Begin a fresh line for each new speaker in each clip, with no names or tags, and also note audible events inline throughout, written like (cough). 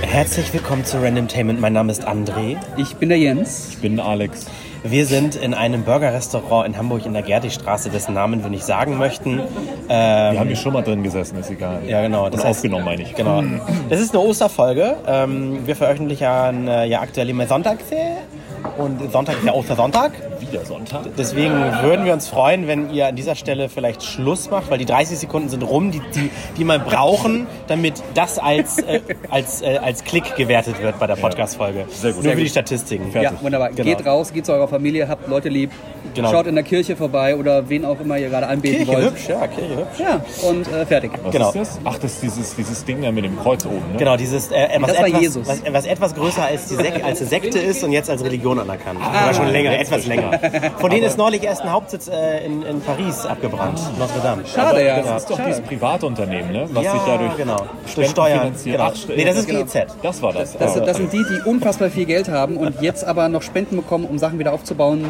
Herzlich willkommen zu Randomtainment. Mein Name ist André.
Ich bin der Jens.
Ich bin Alex.
Wir sind in einem Burgerrestaurant in Hamburg in der Gertigstraße, dessen Namen wir nicht sagen möchten.
Wir haben hier schon mal drin gesessen, ist egal.
Ja, genau.
Das
Das heißt-
aufgenommen, meine ich.
Genau. Das ist eine Osterfolge. Ähm, wir veröffentlichen äh, ja aktuell immer Sonntags und Sonntag ist ja Ostersonntag.
Wieder Sonntag.
Deswegen würden wir uns freuen, wenn ihr an dieser Stelle vielleicht Schluss macht, weil die 30 Sekunden sind rum, die, die, die man brauchen, damit das als, äh, als, äh, als Klick gewertet wird bei der Podcast-Folge.
Sehr
Nur
gut. Sehr
für die
gut.
Statistiken.
Fertig.
Ja, wunderbar.
Genau.
Geht raus, geht zu eurer Familie, habt Leute lieb,
Genau.
schaut in der Kirche vorbei oder wen auch immer ihr gerade anbeten
Kirche
wollt.
hübsch, ja, Kirche hübsch.
Ja, und äh, fertig.
Was
Genau.
ist das? Ach, das ist dieses, dieses Ding da mit dem Kreuz oben, ne?
Genau, dieses, äh, was,
Das war
etwas,
Jesus.
Was, was etwas größer als die, Sek als die Sekte ist und jetzt als Religion anerkannt.
Ah.
Oder schon länger, etwas länger. Von denen ist neulich erst ein Hauptsitz äh, in, in Paris abgebrannt, Notre Dame.
Ah. Schade, ja.
Das ist doch
Schade.
dieses private Unternehmen, ne? Was
Genau. ja,
sich dadurch
genau. Durch
Spenden
Steuern.
finanziert.
Genau.
Ach, Ste-
Nee, das ist
Genau.
GZ.
das war das.
Das,
Ah,
das sind die, die unfassbar viel Geld haben und jetzt aber noch Spenden bekommen, um Sachen wieder aufzubauen.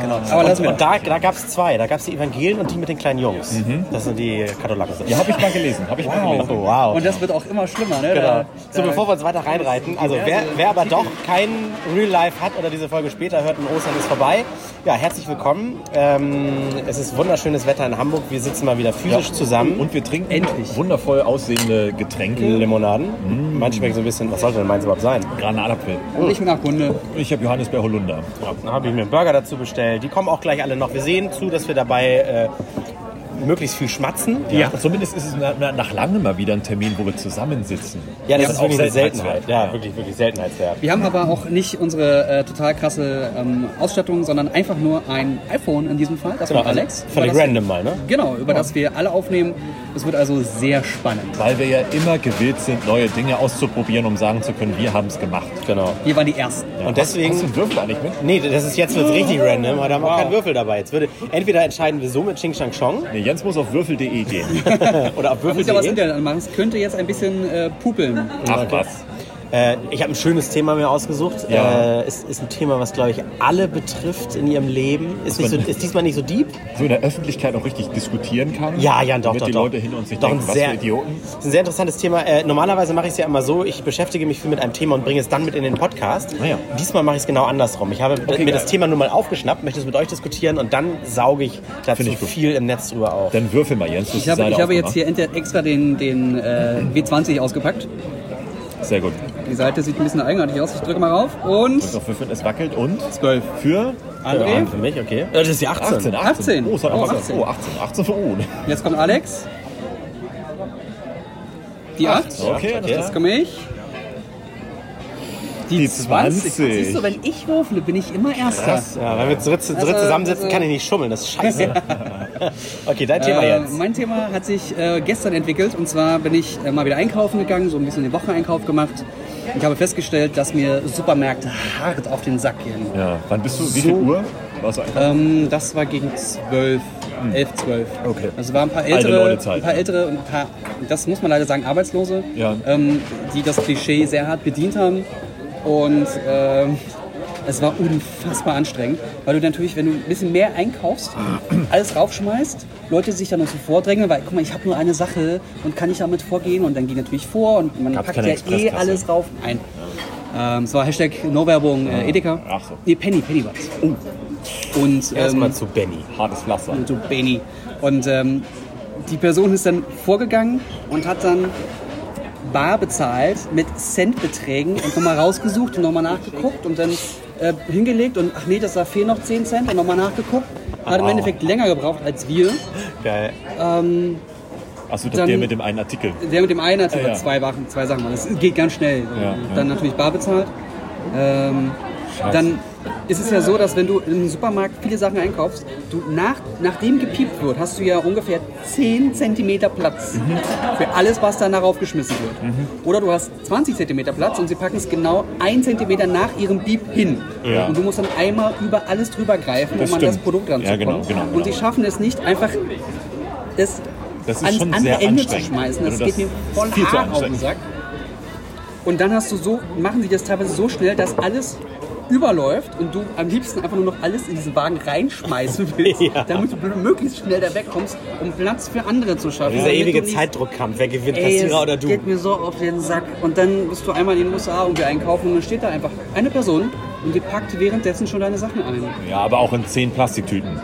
Genau.
Aber lassen
und,
wir
und da, da gab es zwei. Da gab es die Evangelien und die mit den kleinen Jungs. Das sind die Katholiken.
Mhm.
Oh,
ja, habe ich mal gelesen. Hab ich mal gelesen.
wow.
Und das wird auch immer schlimmer, ne?
Genau.
Da,
So, bevor wir uns weiter reinreiten, also wer, wer aber doch kein Real Life hat oder diese Folge später hört und Ostern ist vorbei, ja, herzlich willkommen. Ähm, es ist wunderschönes Wetter in Hamburg. Wir sitzen mal wieder physisch zusammen. Mhm.
Und wir trinken
Endlich.
wundervoll aussehende Getränke.
Limonaden. Manche schmecken so ein bisschen, was sollte denn meins überhaupt sein?
Granatapfel.
und ich bin nach Kunde.
Ich habe Johannisbeer Holunder.
Dann habe ich mir einen Burger dazu bestellt. Die kommen auch gleich alle noch. Wir sehen zu, dass wir dabei äh, möglichst viel schmatzen.
Zumindest ist es na- na- nach langem mal wieder ein Termin, wo wir zusammensitzen.
Ja, das ist wirklich eine
Seltenheitswert.
Seltenheit. Ja, wirklich, wirklich Seltenheitswert.
Wir haben aber auch nicht unsere äh, total krasse ähm, Ausstattung, sondern einfach nur ein iPhone in diesem Fall. Das
Genau,
war Alex.
also
über
Völlig
das-
random mal, ne?
Genau, über das wir alle aufnehmen. Es wird also sehr spannend.
Weil wir ja immer gewillt sind, neue Dinge auszuprobieren, um sagen zu können, wir haben es gemacht.
Genau.
Wir waren die Ersten.
Und deswegen-
Hast du einen Würfel eigentlich mit?
Nee, das ist jetzt
Oh.
wird's richtig random, weil da haben wir keinen Würfel dabei. Jetzt würde entweder entscheiden wir so mit Ching Chang Chong äh,
Nee, Jens muss auf würfel.de
(laughs)
gehen.
oder auf
Muss ja was
Würfel.
Internet anmachen. Es könnte jetzt ein bisschen äh, pupeln.
Ach was.
Äh, ich habe ein schönes Thema mir ausgesucht.
Ja.
Äh, es ist ein Thema, was glaube ich alle betrifft in ihrem Leben. Ist, nicht so,
man-
ist diesmal nicht so deep?
So in der Öffentlichkeit auch richtig diskutieren kann.
Ja, ja, doch,
Damit
doch,
die
doch.
Leute hin und sich
Doch,
denken,
ein
was
sehr-
für Idioten.
Das ist ein sehr interessantes Thema. Äh, normalerweise mache ich es ja immer so, ich beschäftige mich viel mit einem Thema und bringe es dann mit in den Podcast.
Ah ja.
Diesmal mache ich es genau andersrum. Ich habe mir
geil.
das Thema nur mal aufgeschnappt, möchte es mit euch diskutieren und dann sauge ich dazu
Finde ich gut.
viel im Netz drüber auf.
Dann würfel mal, Jens. Du hast
Ich
die
habe,
Seite
ich habe jetzt
aufgemacht.
hier inter- extra den, den äh, W20 ausgepackt.
Sehr gut.
Die Seite sieht ein bisschen eigenartig aus. Ich drücke mal rauf. Und
Und auf würfeln, es wackelt und?
12.
Für?
André.
für mich, okay. Äh, Das ist die 18.
18, 18.
18.
Oh, es hat
Oh,
auch
18.
oh, 18. 18 für O.
Jetzt kommt Alex. Die 8.
Okay,
okay.
das
Jetzt komme ich. Die,
Die
20.
20.
Siehst du, wenn ich würfle, bin ich immer Erster.
Ja, wenn wir zu dritt, zu dritt
Also,
zusammensitzen,
also-
kann ich nicht schummeln. Das ist scheiße. (laughs) okay, dein Thema
Äh,
jetzt.
mein Thema hat sich äh, gestern entwickelt und zwar bin ich äh, mal wieder einkaufen gegangen, so ein bisschen den Wocheneinkauf gemacht. Ich habe festgestellt, dass mir Supermärkte hart auf den Sack gehen.
Ja. Wann bist du? Wie
So.
viel Uhr? Warst du einfach?
Ähm, das war gegen 12, 11, 12.
Hm. Okay.
Also waren ein paar
Alte
ältere,
Leute Zeit.
ein paar ältere und ein paar, das muss man leider sagen, Arbeitslose,
Ja.
ähm, die das Klischee sehr hart bedient haben. Und ähm, es war unfassbar anstrengend, weil du natürlich, wenn du ein bisschen mehr einkaufst, alles raufschmeißt, Leute sich dann noch so vordrängen, weil guck mal, ich habe nur eine Sache und kann ich damit vorgehen und dann geht natürlich vor und man
Gab's
packt
keine
ja eh
Expresskasse?
alles rauf. Nein. Ähm, es war Hashtag No-Werbung äh, Edeka.
Ah. Ach so. Oh.
Nee, Penny, Penny war das. Und
Erstmal
ähm,
zu Benny.
Hartes Pflaster.
und so Benny. Und ähm, die Person ist dann vorgegangen und hat dann bar bezahlt mit Centbeträgen und nochmal rausgesucht und nochmal nachgeguckt und dann äh, hingelegt und ach nee, das da fehlen noch 10 Cent und nochmal nachgeguckt. Hat im
Wow.
Endeffekt länger gebraucht als wir.
Geil.
Achso,
Dann-
der mit dem einen Artikel.
Der mit dem einen hat
Ja, ja.
zwei, Wachen, zwei Sachen. Das geht ganz schnell.
Ja,
dann
ja.
natürlich bar bezahlt. Ähm, dann ist es ja so, dass wenn du im Supermarkt viele Sachen einkaufst, du nach, nachdem gepiept wird, hast du ja ungefähr 10 cm Platz für alles, was dann darauf geschmissen wird.
Mhm.
Oder du hast 20 cm Platz und sie packen es genau 1 cm nach ihrem Piep hin.
Ja.
Und du musst dann einmal über alles drüber greifen,
Das
um an das
stimmt.
Produkt ranzukommen.
Ja, genau, genau,
Und
genau.
sie schaffen es nicht, einfach das
Das ist
ans
schon
andere
sehr
Ende zu
anstrengend.
schmeißen. Das,
Also das
geht mir
ist
voll
viel zu
hart auf den
anstrengend.
Sack. Und dann hast du so, machen sie das teilweise so schnell, dass alles überläuft und du am liebsten einfach nur noch alles in diesen Wagen
(laughs)
reinschmeißen willst,
Ja.
damit du möglichst schnell da wegkommst, um Platz für andere zu schaffen.
Dieser
Damit
ewige
du nicht-
Zeitdruckkampf, wer gewinnt,
Ey,
Kassierer
es
oder du?
geht mir so auf den Sack. Und dann bist du einmal in den USA irgendwie einkaufen und dann steht da einfach eine Person und die packt währenddessen schon deine Sachen ein.
Ja, aber auch in zehn Plastiktüten.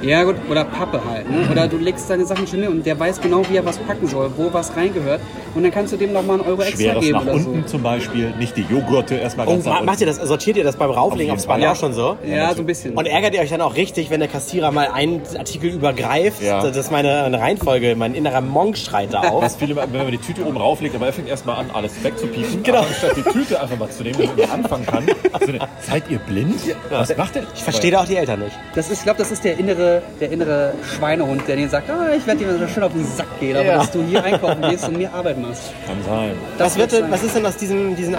Ja gut, oder Pappe halt. Ne? Oder du legst deine Sachen schon hin und der weiß genau, wie er was packen soll, wo was reingehört. Und dann kannst du dem nochmal einen Euro extra
Schweres
geben
nach
oder
unten zum Beispiel, nicht die Joghurte erstmal
Oh,
ganz nach
um-
ma macht
unten.
ihr das, sortiert ihr das beim Rauflegen
Auf
aufs
jeden Fall.
Band auch schon so?
so. Ja, so ein bisschen.
Und ärgert ihr euch dann auch richtig, wenn der Kassierer mal einen Artikel übergreift?
Ja.
Das ist meine meine Reihenfolge, mein innerer Monk schreit
(laughs)
da auf.
Was viele, machen, wenn man die Tüte oben rauflegt, aber er fängt erstmal an, alles wegzupiepen.
Genau.
Aber anstatt die Tüte einfach mal zu nehmen, damit man anfangen kann. So eine, seid ihr blind? Was macht ihr?
Ich verstehe da auch die Eltern nicht.
Das ist, ich glaube, das ist der innere, der innere Schweinehund, der den sagt, ah, ich werde dir mal schön auf den Sack gehen, aber
Ja.
dass du hier einkaufen gehst und mir Arbeit machst.
Kann sein.
Was, wird
wird's
denn,
sein.
was ist denn aus diesen, diesen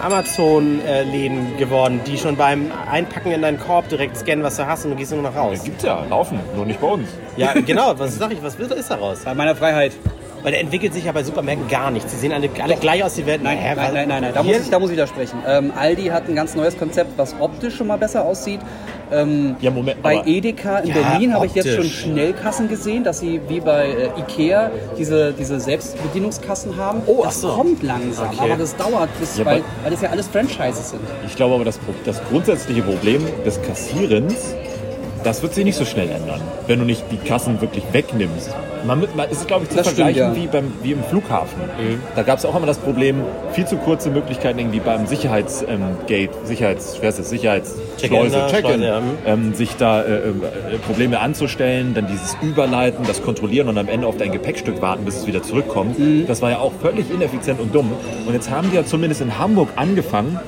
Amazon-Läden geworden, die schon beim Einpacken in deinen Korb direkt scannen, was du hast und du gehst nur noch raus?
Das gibt's ja, laufen, nur nicht bei uns.
Ja, genau. Was sag ich? Was wird- ist daraus?
Bei meiner Freiheit.
Weil der entwickelt sich ja bei Supermärkten gar nichts. Die sehen alle, alle gleich aus, die Welt.
Nein, nein, nein, nein, nein, Da, muss ich, da muss ich widersprechen. Ähm, Aldi hat ein ganz neues Konzept, was optisch schon mal besser aussieht. Ähm,
Ja, Moment,
Bei
aber-
Edeka in
Ja,
Berlin habe ich jetzt schon
optisch.
Schnellkassen gesehen, dass sie wie bei äh, Ikea diese, diese Selbstbedienungskassen haben. Oh, das
ach so.
kommt langsam,
Okay.
aber das dauert, bis,
Ja,
weil,
aber-
weil das ja alles Franchises sind.
Ich glaube aber, das, das grundsätzliche Problem des Kassierens, das wird sich nicht so schnell ändern, wenn du nicht die Kassen wirklich wegnimmst. Man, mit- man ist, glaube ich, zu
Das stimmt,
vergleichen
ja. Mhm.
wie, beim, wie im Flughafen. Da gab es auch immer das Problem, viel zu kurze Möglichkeiten irgendwie beim Sicherheitsgate, ähm, Gate, Sicherheits, wer ist das?
Check-in,
Sicherheitsschleuse,
ne?
Check-in,
Schleuse, ja.
ähm, sich da äh, äh, Probleme anzustellen, dann dieses Überleiten, das Kontrollieren und am Ende auf dein Gepäckstück warten, bis es wieder zurückkommt. Das war ja auch völlig ineffizient und dumm. Und jetzt haben die ja zumindest in Hamburg angefangen,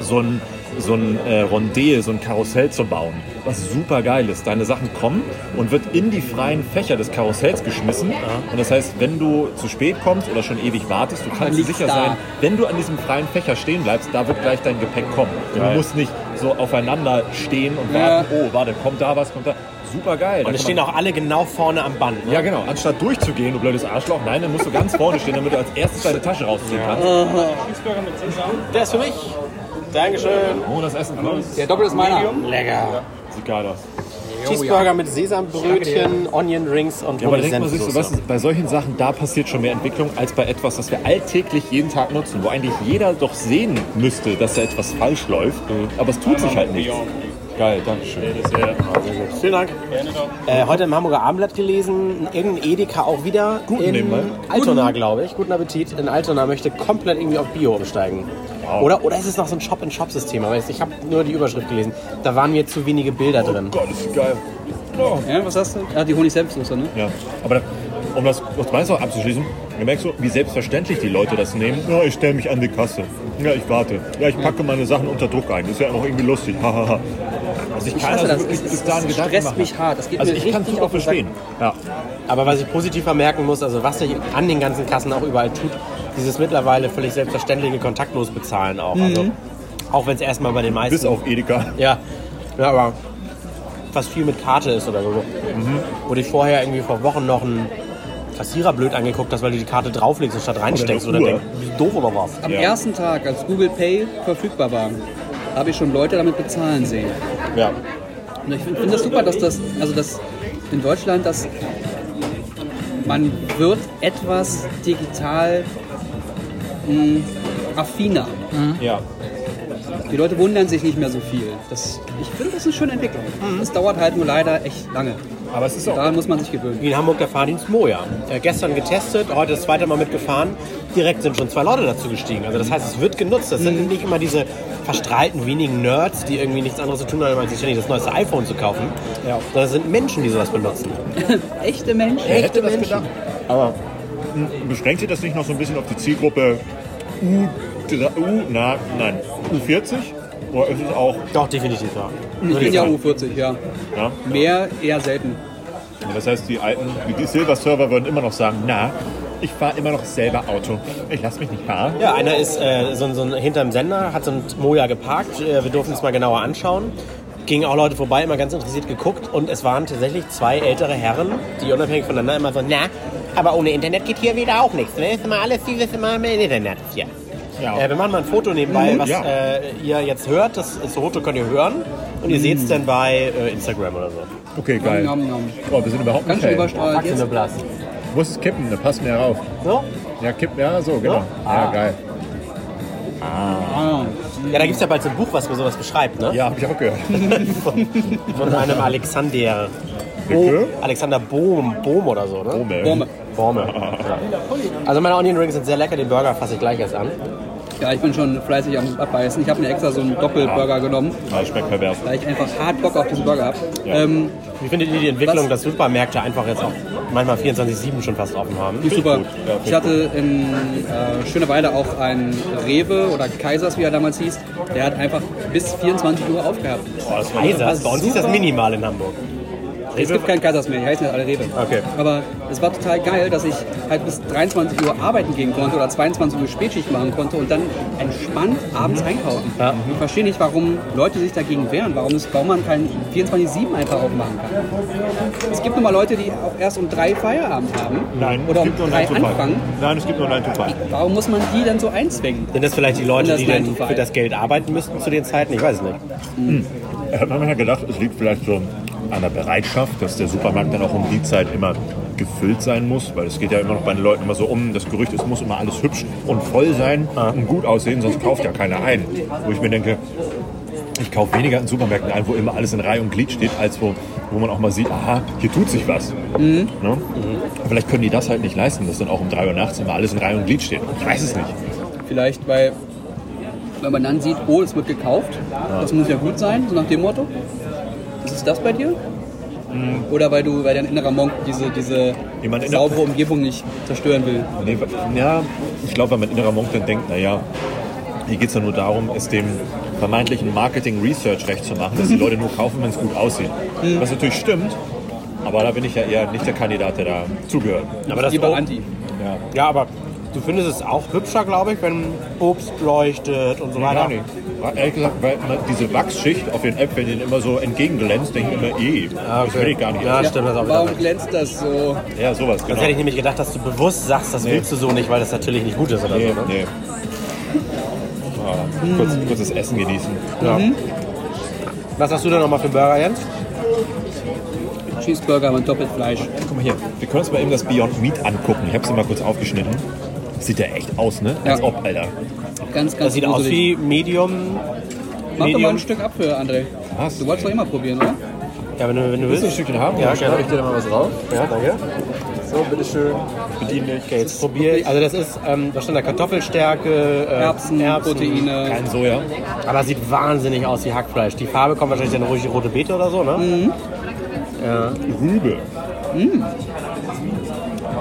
so ein, so ein äh, Rondell, so ein Karussell zu bauen, was super geil ist. Deine Sachen kommen und wird in die freien Fächer des Karussells geschmissen. Und das heißt, wenn du zu spät kommst oder schon ewig wartest, du kannst
liegt's
sicher
da.
sein, wenn du an diesem freien Fächer stehen bleibst, da wird gleich dein Gepäck kommen.
Geil.
Du musst nicht so aufeinander stehen und
Ja.
warten, oh, warte, kommt da was, kommt da. Super geil.
Und es stehen auch alle genau vorne am Band. Ne?
ja, genau. Anstatt durchzugehen, du blödes Arschloch, nein, dann musst du ganz vorne stehen, damit du als erstes deine Tasche rausziehen kannst.
Der ist für mich. Dankeschön.
Oh, das Essen kommt.
Der Doppel ist meiner.
Lecker.
Sieht geil aus.
Cheeseburger mit Sesambrötchen, Onion Rings und
Ja, aber
Honig
denkt man sich so,
Senfsoße.
weißt du, bei solchen Sachen, da passiert schon mehr Entwicklung als bei etwas, das wir alltäglich jeden Tag nutzen, wo eigentlich jeder doch sehen müsste, dass da etwas falsch läuft,
Mhm.
aber es tut sich halt nichts. Geil, danke schön.
Vielen Dank. Äh, heute im Hamburger Abendblatt gelesen, irgendein Edeka auch wieder
Guten
in
nebenbei.
Altona, glaube ich. Guten Appetit. In Altona möchte komplett irgendwie auf Bio umsteigen.
Wow.
Oder, oder ist es noch so ein Shop-in-Shop-System? Aber jetzt- ich habe nur die Überschrift gelesen. Da waren mir zu wenige Bilder drin.
Gott, das ist geil. Oh.
Ja, was hast du? Ah, die Honig selbstsoße, ne?
Ja, aber da, um das kurz meins noch abzuschließen, du merkst so, wie selbstverständlich die Leute das nehmen. Ja, ich stelle mich an die Kasse. Ja, ich warte. Ja, ich packe meine Sachen unter Druck ein. Ist ja auch irgendwie lustig. Hahaha. also ich
Ich
kann
hasse
also
das.
wirklich
Es-
bis
es-
dahin
es
Gedanken
stresst
machen.
mich hart. Das geht
also
mir
ich kann es
richtig
super
auf den Sack.
verstehen. Ja.
Aber was ich positiv vermerken muss, also was sich an den ganzen Kassen auch überall tut, dieses mittlerweile völlig selbstverständliche kontaktlos bezahlen auch. Also, auch wenn es erstmal bei den meisten.
Mhm. Bis auf Edeka.
Ja. ja, aber was viel mit Karte ist oder so.
Mhm.
Wurde ich vorher irgendwie vor Wochen noch einen Kassierer blöd angeguckt hast, weil du die Karte drauflegst und
Oh,
statt reinsteckst
Oder
oder
eine
denkst, bist du doof oder was?
Am
Ja.
ersten Tag, als Google Pay verfügbar war, habe ich schon Leute damit bezahlen sehen.
Ja.
Und ich finde das super, dass das, also dass in Deutschland das, man wird etwas digital mh, affiner.
Ja.
Die Leute wundern sich nicht mehr so viel. Das, ich finde, das ist eine schöne Entwicklung.
Mhm.
Das dauert halt nur leider echt lange.
Aber es ist auch.
Daran muss man sich gewöhnen.
Wie in Hamburg der Fahrdienst Moja. Äh, gestern getestet, heute das zweite Mal mitgefahren. Direkt sind schon zwei Leute dazu gestiegen. Also das heißt, es wird genutzt. Das sind nicht immer diese verstrahlten wenigen Nerds, die irgendwie nichts anderes zu tun haben, als sich ständig das neueste iPhone zu kaufen.
Ja.
Sondern es sind Menschen, die sowas benutzen.
Echte Menschen.
Wer hätte das gedacht? Aber m, beschränkt sich das nicht noch so ein bisschen auf die Zielgruppe U, U na, nein, U40? Oder ist es auch,
Doch, definitiv, ja.
Ich bin ja U40, ja.
ja?
Mehr eher selten.
Ja, Das heißt, die alten, die Silver-Server würden immer noch sagen, na, ich fahre immer noch selber Auto. Ich lasse mich nicht fahren.
Ja, einer ist äh, so, ein- so ein- hinterm Sender, hat so ein Moja geparkt. Äh, wir durften es mal genauer anschauen. Gingen auch Leute vorbei, immer ganz interessiert geguckt. Und es waren tatsächlich zwei ältere Herren, die unabhängig voneinander immer so, na, aber ohne Internet geht hier wieder auch nichts. Ne? Ist immer alles, die ist immer im Internet hier.
Ja. Mhm,
Äh, wir machen mal ein Foto nebenbei, was
Ja.
äh, ihr jetzt hört. Das, das Foto könnt ihr hören. Und
Mhm.
ihr seht es dann bei äh, Instagram oder so.
Okay, geil.
Nom, nom, nom.
Oh, wir sind überhaupt
Ganz
nicht
schön
hell.
überstrahlt jetzt.
Blass.
Wo ist das Kippen? Da passt mir rauf.
So?
Ja, Kippen, ja, so, genau.
Ja?
Ja, geil.
Ah.
Ja, da gibt es ja bald so ein Buch, was mir sowas beschreibt, ne?
Ja, hab ich auch
(laughs)
gehört.
Von einem Alexander.
Bitte?
Alexander Bohm, Bohm oder so, ne?
Bombe.
Bombe.
Borme. Ja. Also meine Onion Rings sind sehr lecker, den Burger fasse ich gleich erst an.
Ja, ich bin schon fleißig am Abbeißen. Ich habe mir extra so einen Doppelburger genommen,
Ah, schmeckt pervers.
weil ich einfach hart Bock auf diesen Burger habe.
Ja.
Ähm,
Wie findet ihr die Entwicklung,
Was?
dass Supermärkte einfach jetzt auch manchmal 24-7 schon fast offen haben?
die ist super.
gut. Ja, finde
ich hatte in äh, Schöneweide auch einen Rewe oder Kaisers, wie er damals hieß. Der hat einfach bis 24 Uhr aufgehabt.
Boah, Oh, das war
Kaisers, bei uns ist das
super.
minimal in Hamburg.
Es gibt keinen Kaisers mehr, die heißen halt alle Rewe.
Okay.
Aber es war total geil, dass ich halt bis 23 Uhr arbeiten gehen konnte oder 22 Uhr Spätschicht machen konnte und dann entspannt abends
Mhm.
einkaufen.
Ja.
Ich verstehe nicht, warum Leute sich dagegen wehren, warum es warum man keinen 24-7 einfach aufmachen kann. Es gibt nun mal Leute, die auch erst um drei Feierabend haben
Nein,
oder
es
um
gibt nur
drei
9 to 5.
anfangen.
Nein, es gibt nur 9 to 5.
Warum muss man die dann so einzwängen?
Sind das vielleicht die Leute,
das
die dann
9 to 5?
für das Geld arbeiten müssten zu den Zeiten? Ich weiß es nicht.
Ich habe manchmal gedacht, es liegt vielleicht so an der Bereitschaft, dass der Supermarkt dann auch um die Zeit immer gefüllt sein muss, weil es geht ja immer noch bei den Leuten immer so um, das Gerücht, es muss immer alles hübsch und voll sein und gut aussehen, sonst kauft ja keiner ein. Wo ich mir denke, ich kaufe weniger in Supermärkten ein, wo immer alles in Reihe und Glied steht, als wo, wo man auch mal sieht, aha, hier tut sich was. Ne? Vielleicht können die das halt nicht leisten, dass dann auch um 3 Uhr nachts immer alles in Reihe und Glied steht. Ich weiß es nicht.
Vielleicht, weil wenn man dann sieht, oh, es wird gekauft, das muss ja gut sein, so nach dem Motto. Ist es das bei dir?
Mhm.
Oder weil du, weil dein innerer Monk diese, diese
Jemand inner-
saubere Umgebung nicht zerstören will.
Nee, wa- ja, ich glaube, wenn mein innerer Monk dann denkt, naja, hier geht es ja nur darum, es dem vermeintlichen Marketing-Research recht zu machen, dass die Leute nur kaufen, wenn es gut aussieht.
Mhm.
Was natürlich stimmt, aber da bin ich ja eher nicht der Kandidat, der da zugehört.
Aber das
Lieber
Ob-
Anti.
Ja.
Ja, aber du findest es auch hübscher, glaube ich, wenn Obst leuchtet und so weiter.
Gar nicht. Weil, Ehrlich gesagt, weil man diese Wachsschicht auf den Äpfeln denen immer so entgegenglänzt, denke ich immer, eh, das
Ah, okay.
will ich gar nicht.
Ja,
Ja,
stimmt, das auch wieder.
Warum glänzt das so?
sowas,
Sonst
genau.
hätte ich nämlich gedacht, dass du bewusst sagst, das willst du so nicht, weil das natürlich nicht gut ist oder
Nee,
so. Ne?
nee. Ah, kurz, kurzes Essen genießen.
Ja. Mhm. Was hast du denn nochmal für einen Burger, Jens?
Cheeseburger mit Doppelfleisch.
Guck mal hier, wir können uns mal eben das Beyond Meat angucken. Ich habe es mal kurz aufgeschnitten. Sieht ja echt aus, ne?
Ja.
Als ob, Alter.
Ganz, ganz
Das sieht aus
gruselig.
wie Medium.
Mach doch mal
Medium.
ein Stück ab für André.
Was?
Du wolltest doch immer probieren, oder?
Ja, wenn du, wenn du willst.
Willst du ein Stückchen haben?
Ja,
Dann
gerne.
schneide ich dir da mal was drauf.
Ja, danke.
So, bitteschön. Bedien dich.
Okay, jetzt probier ich. Also das ist, ähm, was stand da? Kartoffelstärke, äh,
Erbsen, Proteine.
Kein Soja.
Aber sieht wahnsinnig aus wie Hackfleisch. Die Farbe kommt wahrscheinlich dann ruhig die rote Beete oder so, ne?
Mhm. Rübe.
Mm.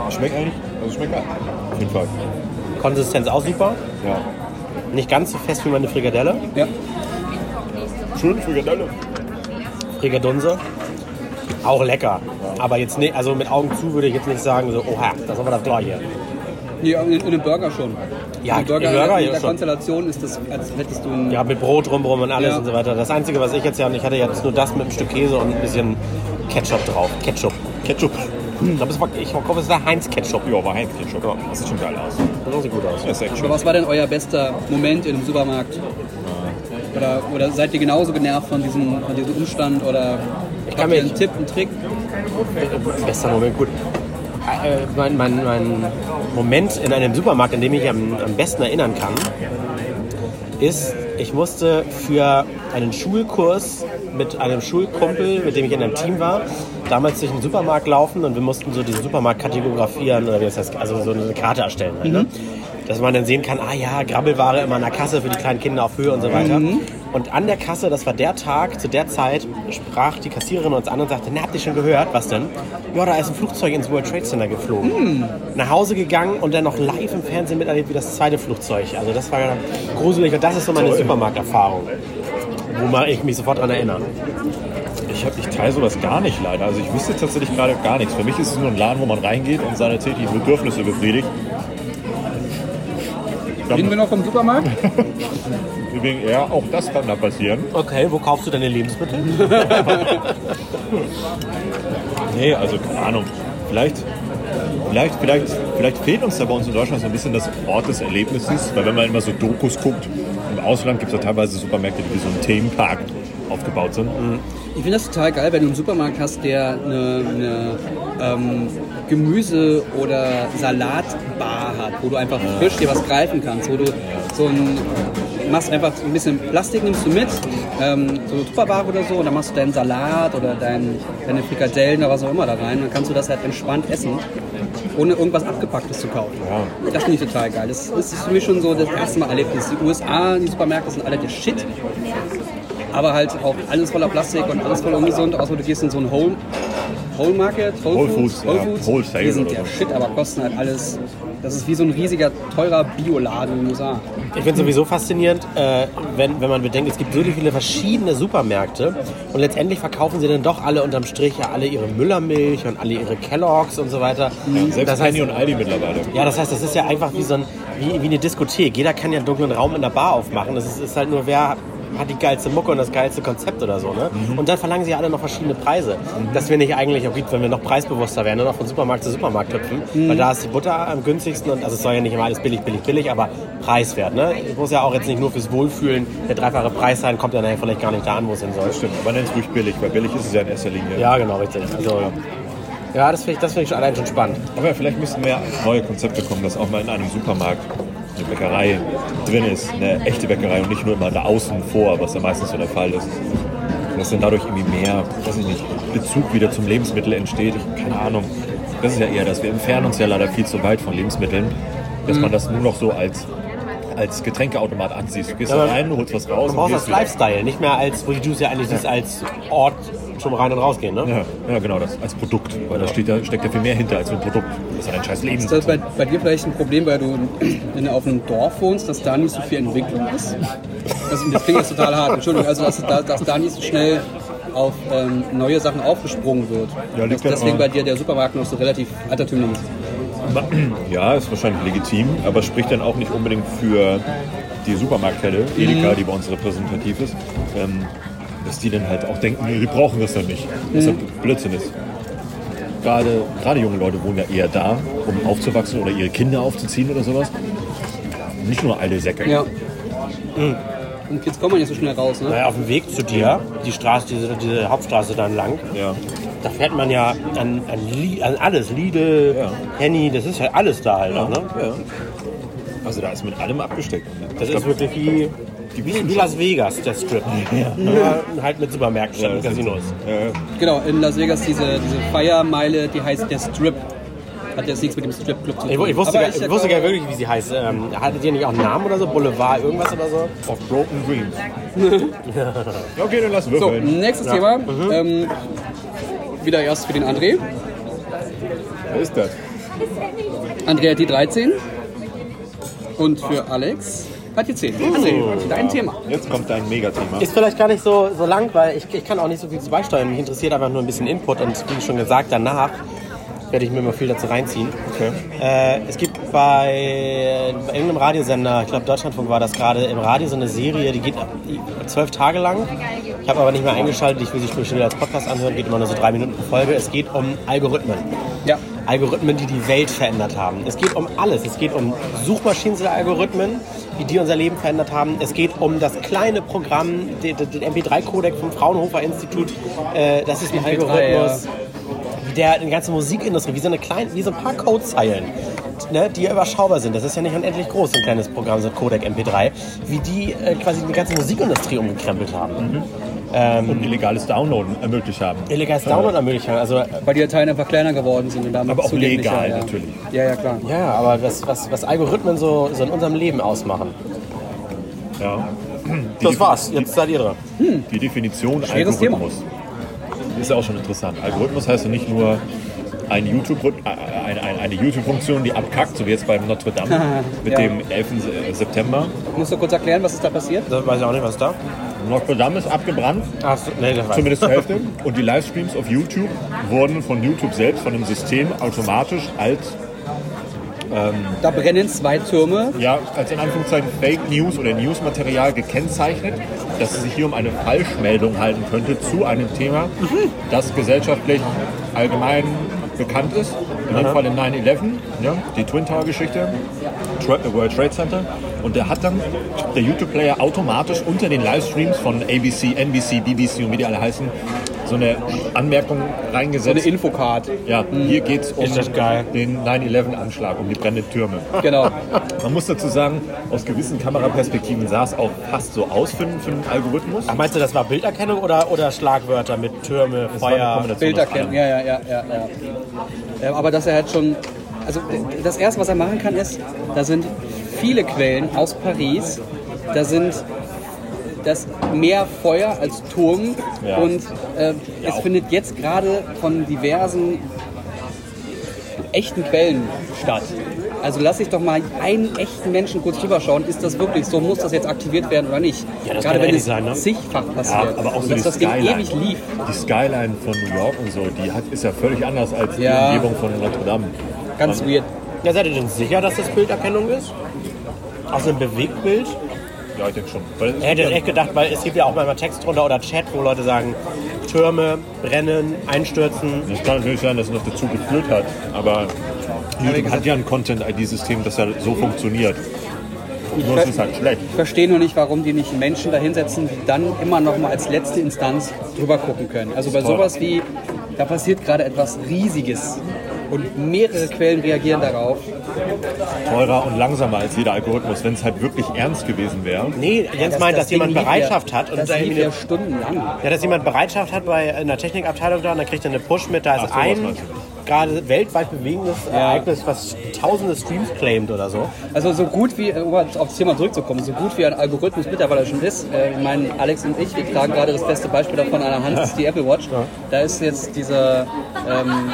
Schmeckt eigentlich? Also schmeckt geil. Auf jeden Fall.
Konsistenz auch super.
Ja.
Nicht ganz so fest wie meine Frikadelle.
Ja.
Schön Frikadelle.
Frikadunse. Auch lecker. Aber jetzt nicht, also mit Augen zu würde ich jetzt nicht sagen, so, oha, das haben wir das gleiche.
Nee, in, in einem Burger schon.
Ja,
Ein Burger,
in Burger
in
ja
der
schon.
Konstellation ist das, als hättest du einen
Ja, mit Brot drumherum und alles
Ja.
und so weiter. Das Einzige, was ich jetzt ja, und ich hatte jetzt nur das mit einem Stück Käse und ein bisschen Ketchup drauf. Ketchup.
Ketchup.
Ich glaube, es war, ich hoffe, es war Heinz-Ketchup.
Ja, war Heinz Ketchup. Das sieht schon geil aus.
Das sieht gut aus.
Das ist echt
Aber
schön.
was war denn euer bester Moment in einem Supermarkt? Oder, oder seid ihr genauso genervt von diesem, von diesem Umstand? Oder ich
kann
habt ihr
mir-
einen Tipp, einen Trick?
Bester Moment, gut. Äh, mein, mein, mein Moment in einem Supermarkt, an dem ich am, am besten erinnern kann, ist, ich musste für einen Schulkurs mit einem Schulkumpel, mit dem ich in einem Team war, damals durch den Supermarkt laufen und wir mussten so diesen Supermarkt kategorisieren oder wie das heißt, also so eine Karte erstellen. Halt, ne? Dass man dann sehen kann, ah ja, Grabbelware immer an der Kasse für die kleinen Kinder auf Höhe und so weiter. Und an der Kasse, das war der Tag, zu der Zeit, sprach die Kassiererin uns an und sagte, na, habt ihr schon gehört, was denn? Ja, da ist ein Flugzeug ins World Trade Center geflogen. Nach Hause gegangen und dann noch live im Fernsehen miterlebt, wie das zweite Flugzeug. Also das war gruselig und das ist so meine Supermarkterfahrung. Wo mal ich mich sofort dran erinnere.
Ich, hab, ich teile sowas gar nicht leider. Also ich wüsste tatsächlich gerade gar nichts. Für mich ist es nur ein Laden, wo man reingeht und seine täglichen Bedürfnisse befriedigt.
Reden wir noch vom Supermarkt?
Deswegen, ja, auch das kann da passieren.
Okay, wo kaufst du deine Lebensmittel?
Nee, also keine Ahnung. Vielleicht Vielleicht, vielleicht, vielleicht fehlt uns da bei uns in Deutschland so ein bisschen das Ort des Erlebnisses, weil wenn man immer so Dokus guckt, im Ausland gibt es ja teilweise Supermärkte, die wie so ein Themenpark aufgebaut sind.
Mhm.
Ich finde das total geil, wenn du einen Supermarkt hast, der eine, eine ähm, Gemüse- oder Salatbar hat, wo du einfach frisch dir was greifen kannst, wo du so ein machst einfach so ein bisschen Plastik nimmst du mit, ähm, so eine Tupperware oder so, und dann machst du deinen Salat oder dein, deine Frikadellen oder was auch immer da rein, dann kannst du das halt entspannt essen, ohne irgendwas abgepacktes zu kaufen. Das finde ich total geil. Das ist für mich schon so das erste Mal Erlebnis. Die USA, die Supermärkte sind alle der Shit aber halt auch alles voller Plastik und alles voll ungesund. Außer du gehst in so ein Home, Whole Market, Whole,
Whole Foods,
Foods,
ja, Whole Sale
Die sind
oder
ja
so.
Shit, aber kosten halt alles. Das ist wie so ein riesiger, teurer Bioladen in den USA.
Hm.
Ich finde es sowieso faszinierend, äh, wenn, wenn man bedenkt, es gibt so viele verschiedene Supermärkte und letztendlich verkaufen sie dann doch alle unterm Strich ja alle ihre Müllermilch und alle ihre Kelloggs und so weiter.
Mhm. Selbst
das heißt,
Penny und Aldi mittlerweile.
ja, das heißt, das ist ja einfach wie, so ein, wie, wie eine Diskothek. Jeder kann ja einen dunklen Raum in der Bar aufmachen. Das ist, ist halt nur, wer hat die geilste Mucke und das geilste Konzept oder so. Ne? Und dann verlangen sie ja alle noch verschiedene Preise. Das wäre nicht eigentlich auch gut, wenn wir noch preisbewusster wären und noch von Supermarkt zu Supermarkt hüpfen. Weil da ist die Butter am günstigsten und also es soll ja nicht immer alles billig, billig, billig, aber preiswert. Ne? Es muss ja auch jetzt nicht nur fürs Wohlfühlen der dreifache Preis sein, kommt ja nachher vielleicht gar nicht da an, wo es hin soll.
Das stimmt, man nennt es ruhig billig, weil billig ist es ja in erster Linie.
Ja, genau, richtig. Also, ja, das finde ich, das find ich schon allein schon spannend.
Aber vielleicht müssten mehr neue Konzepte kommen, dass auch mal in einem Supermarkt eine Bäckerei drin ist, eine echte Bäckerei und nicht nur immer da außen vor, was ja meistens so der Fall ist. Dass dann dadurch irgendwie mehr, weiß ich nicht, Bezug wieder zum Lebensmittel entsteht. Ich, keine Ahnung. Das ist ja eher das. Wir entfernen uns ja leider viel zu weit von Lebensmitteln, dass man das nur noch so als, als Getränkeautomat ansieht. Du gehst da
aber
rein, holst was raus.
Du brauchst
gehst
das
wieder.
Lifestyle, nicht mehr als, wo die Juice ja eigentlich ist, als Ort zum rein und rausgehen, ne?
Ja, ja, genau, das als Produkt. Weil da steht, da steckt ja viel mehr hinter als nur ein Produkt. Das ist ja ein scheiß Leben.
Ist das bei, bei dir vielleicht ein Problem, weil du (clears throat) in, auf einem Dorf wohnst, dass da nicht so viel Entwicklung ist? Das, das klingt jetzt total hart, Entschuldigung. Also, dass, da- dass da nicht so schnell auf ähm, neue Sachen aufgesprungen wird.
Ja, liegt
dass
ja
deswegen bei
dran.
dir der Supermarkt noch so relativ altertümlich ist.
(clears throat) Ja, ist wahrscheinlich legitim, aber spricht dann auch nicht unbedingt für die Supermarktkette, Edeka,
Mhm.
die bei uns repräsentativ ist, ähm, dass die dann halt auch denken, nee, die brauchen das dann nicht. Was
Mhm.
halt Blödsinn ist. Gerade, gerade junge Leute wohnen ja eher da, um aufzuwachsen oder ihre Kinder aufzuziehen oder sowas. Nicht nur alle Säcke.
Ja. Und jetzt kommt man nicht so schnell raus, ne?
Naja, auf dem Weg zu dir, die Straße, diese, diese Hauptstraße dann lang,
Ja.
da fährt man ja an, an, Li- an alles, Lidl,
Ja.
Henny, das ist halt alles da halt auch, ne?
Ja. Also da ist mit allem abgesteckt.
Das ist wirklich wie, wie, wie Las Vegas, der Strip. Nur halt mit Supermärkten statt mit Casinos.
Genau, in Las Vegas diese, diese Feiermeile, die heißt der Strip. Hat jetzt nichts mit dem Stripclub zu
Ich,
tun.
wu- ich, wusste
Aber
gar, ich wusste gar wirklich, wie sie heißt. Ähm, hattet ihr nicht auch einen Namen oder so? Boulevard, irgendwas oder so?
Of Broken
(laughs)
Dreams. okay, dann lass
So,
würfeln.
nächstes Thema.
Mhm.
Ähm, wieder erst für den André.
Wer ist das?
André hat die 13. Und für Alex hat die 10.
Oh.
André, dein Thema.
Jetzt kommt dein Megathema.
Ist vielleicht gar nicht so, so lang, weil ich, ich kann auch nicht so viel zu beisteuern. Mich interessiert einfach nur ein bisschen Input und wie schon gesagt, danach werde ich mir mal viel dazu reinziehen.
Okay.
Äh, es gibt bei, bei irgendeinem Radiosender, ich glaube Deutschlandfunk war das gerade, im Radio so eine Serie, die geht ab- die- zwölf Tage lang. Ich habe aber nicht mehr eingeschaltet, ich will sie schon wieder als Podcast anhören, geht immer nur so drei Minuten pro Folge. Es geht um Algorithmen.
Ja.
Algorithmen, die die Welt verändert haben. Es geht um alles. Es geht um Suchmaschinenalgorithmen, wie die unser Leben verändert haben. Es geht um das kleine Programm, den, den MP3-Codec vom Fraunhofer Institut. Äh, das ist ein
MP3,
Algorithmus, wie der die ganze Musikindustrie, wie so, eine kleine, wie so ein paar Codezeilen, ne, die ja überschaubar sind. Das ist ja nicht unendlich groß, so ein kleines Programm, so ein Codec MP3, wie die äh, quasi die ganze Musikindustrie umgekrempelt haben.
und illegales Downloaden ermöglicht haben.
Illegales Download ermöglichen. Also äh,
Weil die Dateien einfach kleiner geworden sind und damit
Aber auch
zugänglicher,
legal,
ja.
natürlich.
Ja, ja, klar.
ja, aber was, was, was Algorithmen so, so in unserem Leben ausmachen.
Ja. Die
Das
Defi-
war's, jetzt seid ihr dran.
Die, die Definition
Schweres
Algorithmus ist ja auch schon interessant. Algorithmus heißt ja nicht nur ein YouTube, äh, eine, eine, eine YouTube-Funktion, die abkackt, so wie jetzt beim Notre Dame mit
Ja.
dem 11. September.
Musst du kurz erklären, was ist da passiert?
Das weiß ich auch nicht, was da.
Notre Dame ist abgebrannt,
Ach so, nee, das weiß
zumindest zur Hälfte. Und die Livestreams auf YouTube wurden von YouTube selbst, von dem System, automatisch als,
Da brennen zwei Türme.
ja, als in Anführungszeichen Fake News oder Newsmaterial gekennzeichnet, dass es sich hier um eine Falschmeldung halten könnte zu einem Thema, das gesellschaftlich allgemein bekannt ist. In dem Fall im 9-11, ja, die Twin Tower Geschichte, Tra äh, World Trade Center. Und der hat dann der YouTube-Player automatisch unter den Livestreams von ABC, NBC, BBC und wie die alle heißen, so eine Anmerkung
Eine
reingesetzt.
Infocard.
ja, hier geht es um
Mhm. Ist das geil.
den 9-11-Anschlag, um die brennenden Türme.
(laughs)
Genau.
Man muss dazu sagen, aus gewissen Kameraperspektiven sah es auch fast so aus für, den- für den Algorithmus.
Ach, meinst du, das war Bilderkennung oder, oder Schlagwörter mit Türme,
Es war eine
Feuer?
Kombination
Bilder
aus allem.
kennen, ja, ja, ja, ja, ja. Ähm, Aber dass er halt schon, also äh, das erste, was er machen kann, ist, da sind viele Quellen aus Paris, da sind das mehr Feuer als Turm
Ja.
und äh, es
auch.
findet jetzt gerade von diversen echten Quellen statt. Also lass ich doch mal einen echten Menschen kurz drüber schauen, ist das wirklich so, muss das jetzt aktiviert werden oder nicht?
Ja, das
gerade
eh
kann ja
wenn
nicht
es
sein, ne?
zigfach
Ja,
passiert.
aber auch
und
so
dass
die
das Ding
Skyline.
ewig lief.
Die Skyline von New York und so, die hat, ist ja völlig anders als
Ja.
die Umgebung von Notre Dame.
Ganz weird.
Ja, seid ihr denn sicher, dass das Bilderkennung ist? Aus einem Bewegtbild?
Ja, ich denke schon. Weil es
Ich hätte jetzt echt gedacht, weil es gibt ja auch manchmal Text drunter oder Chat, wo Leute sagen, Türme, brennen, einstürzen.
es kann natürlich sein, dass es noch dazu geführt hat, aber YouTube
gesagt-
hat ja ein Content-ID-System, das ja so funktioniert. Nur
ver-
es ist halt schlecht.
Ich verstehe nur nicht, warum die nicht Menschen da hinsetzen, die dann immer noch mal als letzte Instanz drüber gucken können. Also bei sowas wie, da passiert gerade etwas Riesiges und mehrere Quellen reagieren darauf.
Teurer und langsamer als jeder Algorithmus, wenn es halt wirklich ernst gewesen wäre.
Nee, Jens meint, dass
Ding
jemand
lief
Bereitschaft
ja,
hat. Und
das
da
lief
irgendwie
ja
eine,
stundenlang.
ja, dass jemand Bereitschaft hat bei einer Technikabteilung da und dann kriegt er eine Push mit, da
Ach,
ist
sowas
ein
meinst
gerade weltweit bewegendes
Ja.
Ereignis, was tausende Streams claimt oder so.
Also so gut wie, äh, um aufs Thema zurückzukommen, so gut wie ein Algorithmus mittlerweile schon ist, äh, ich meine, Alex und ich, wir tragen gerade das beste Beispiel davon an der Hand, ist die Apple Watch. Da ist jetzt dieser, ähm,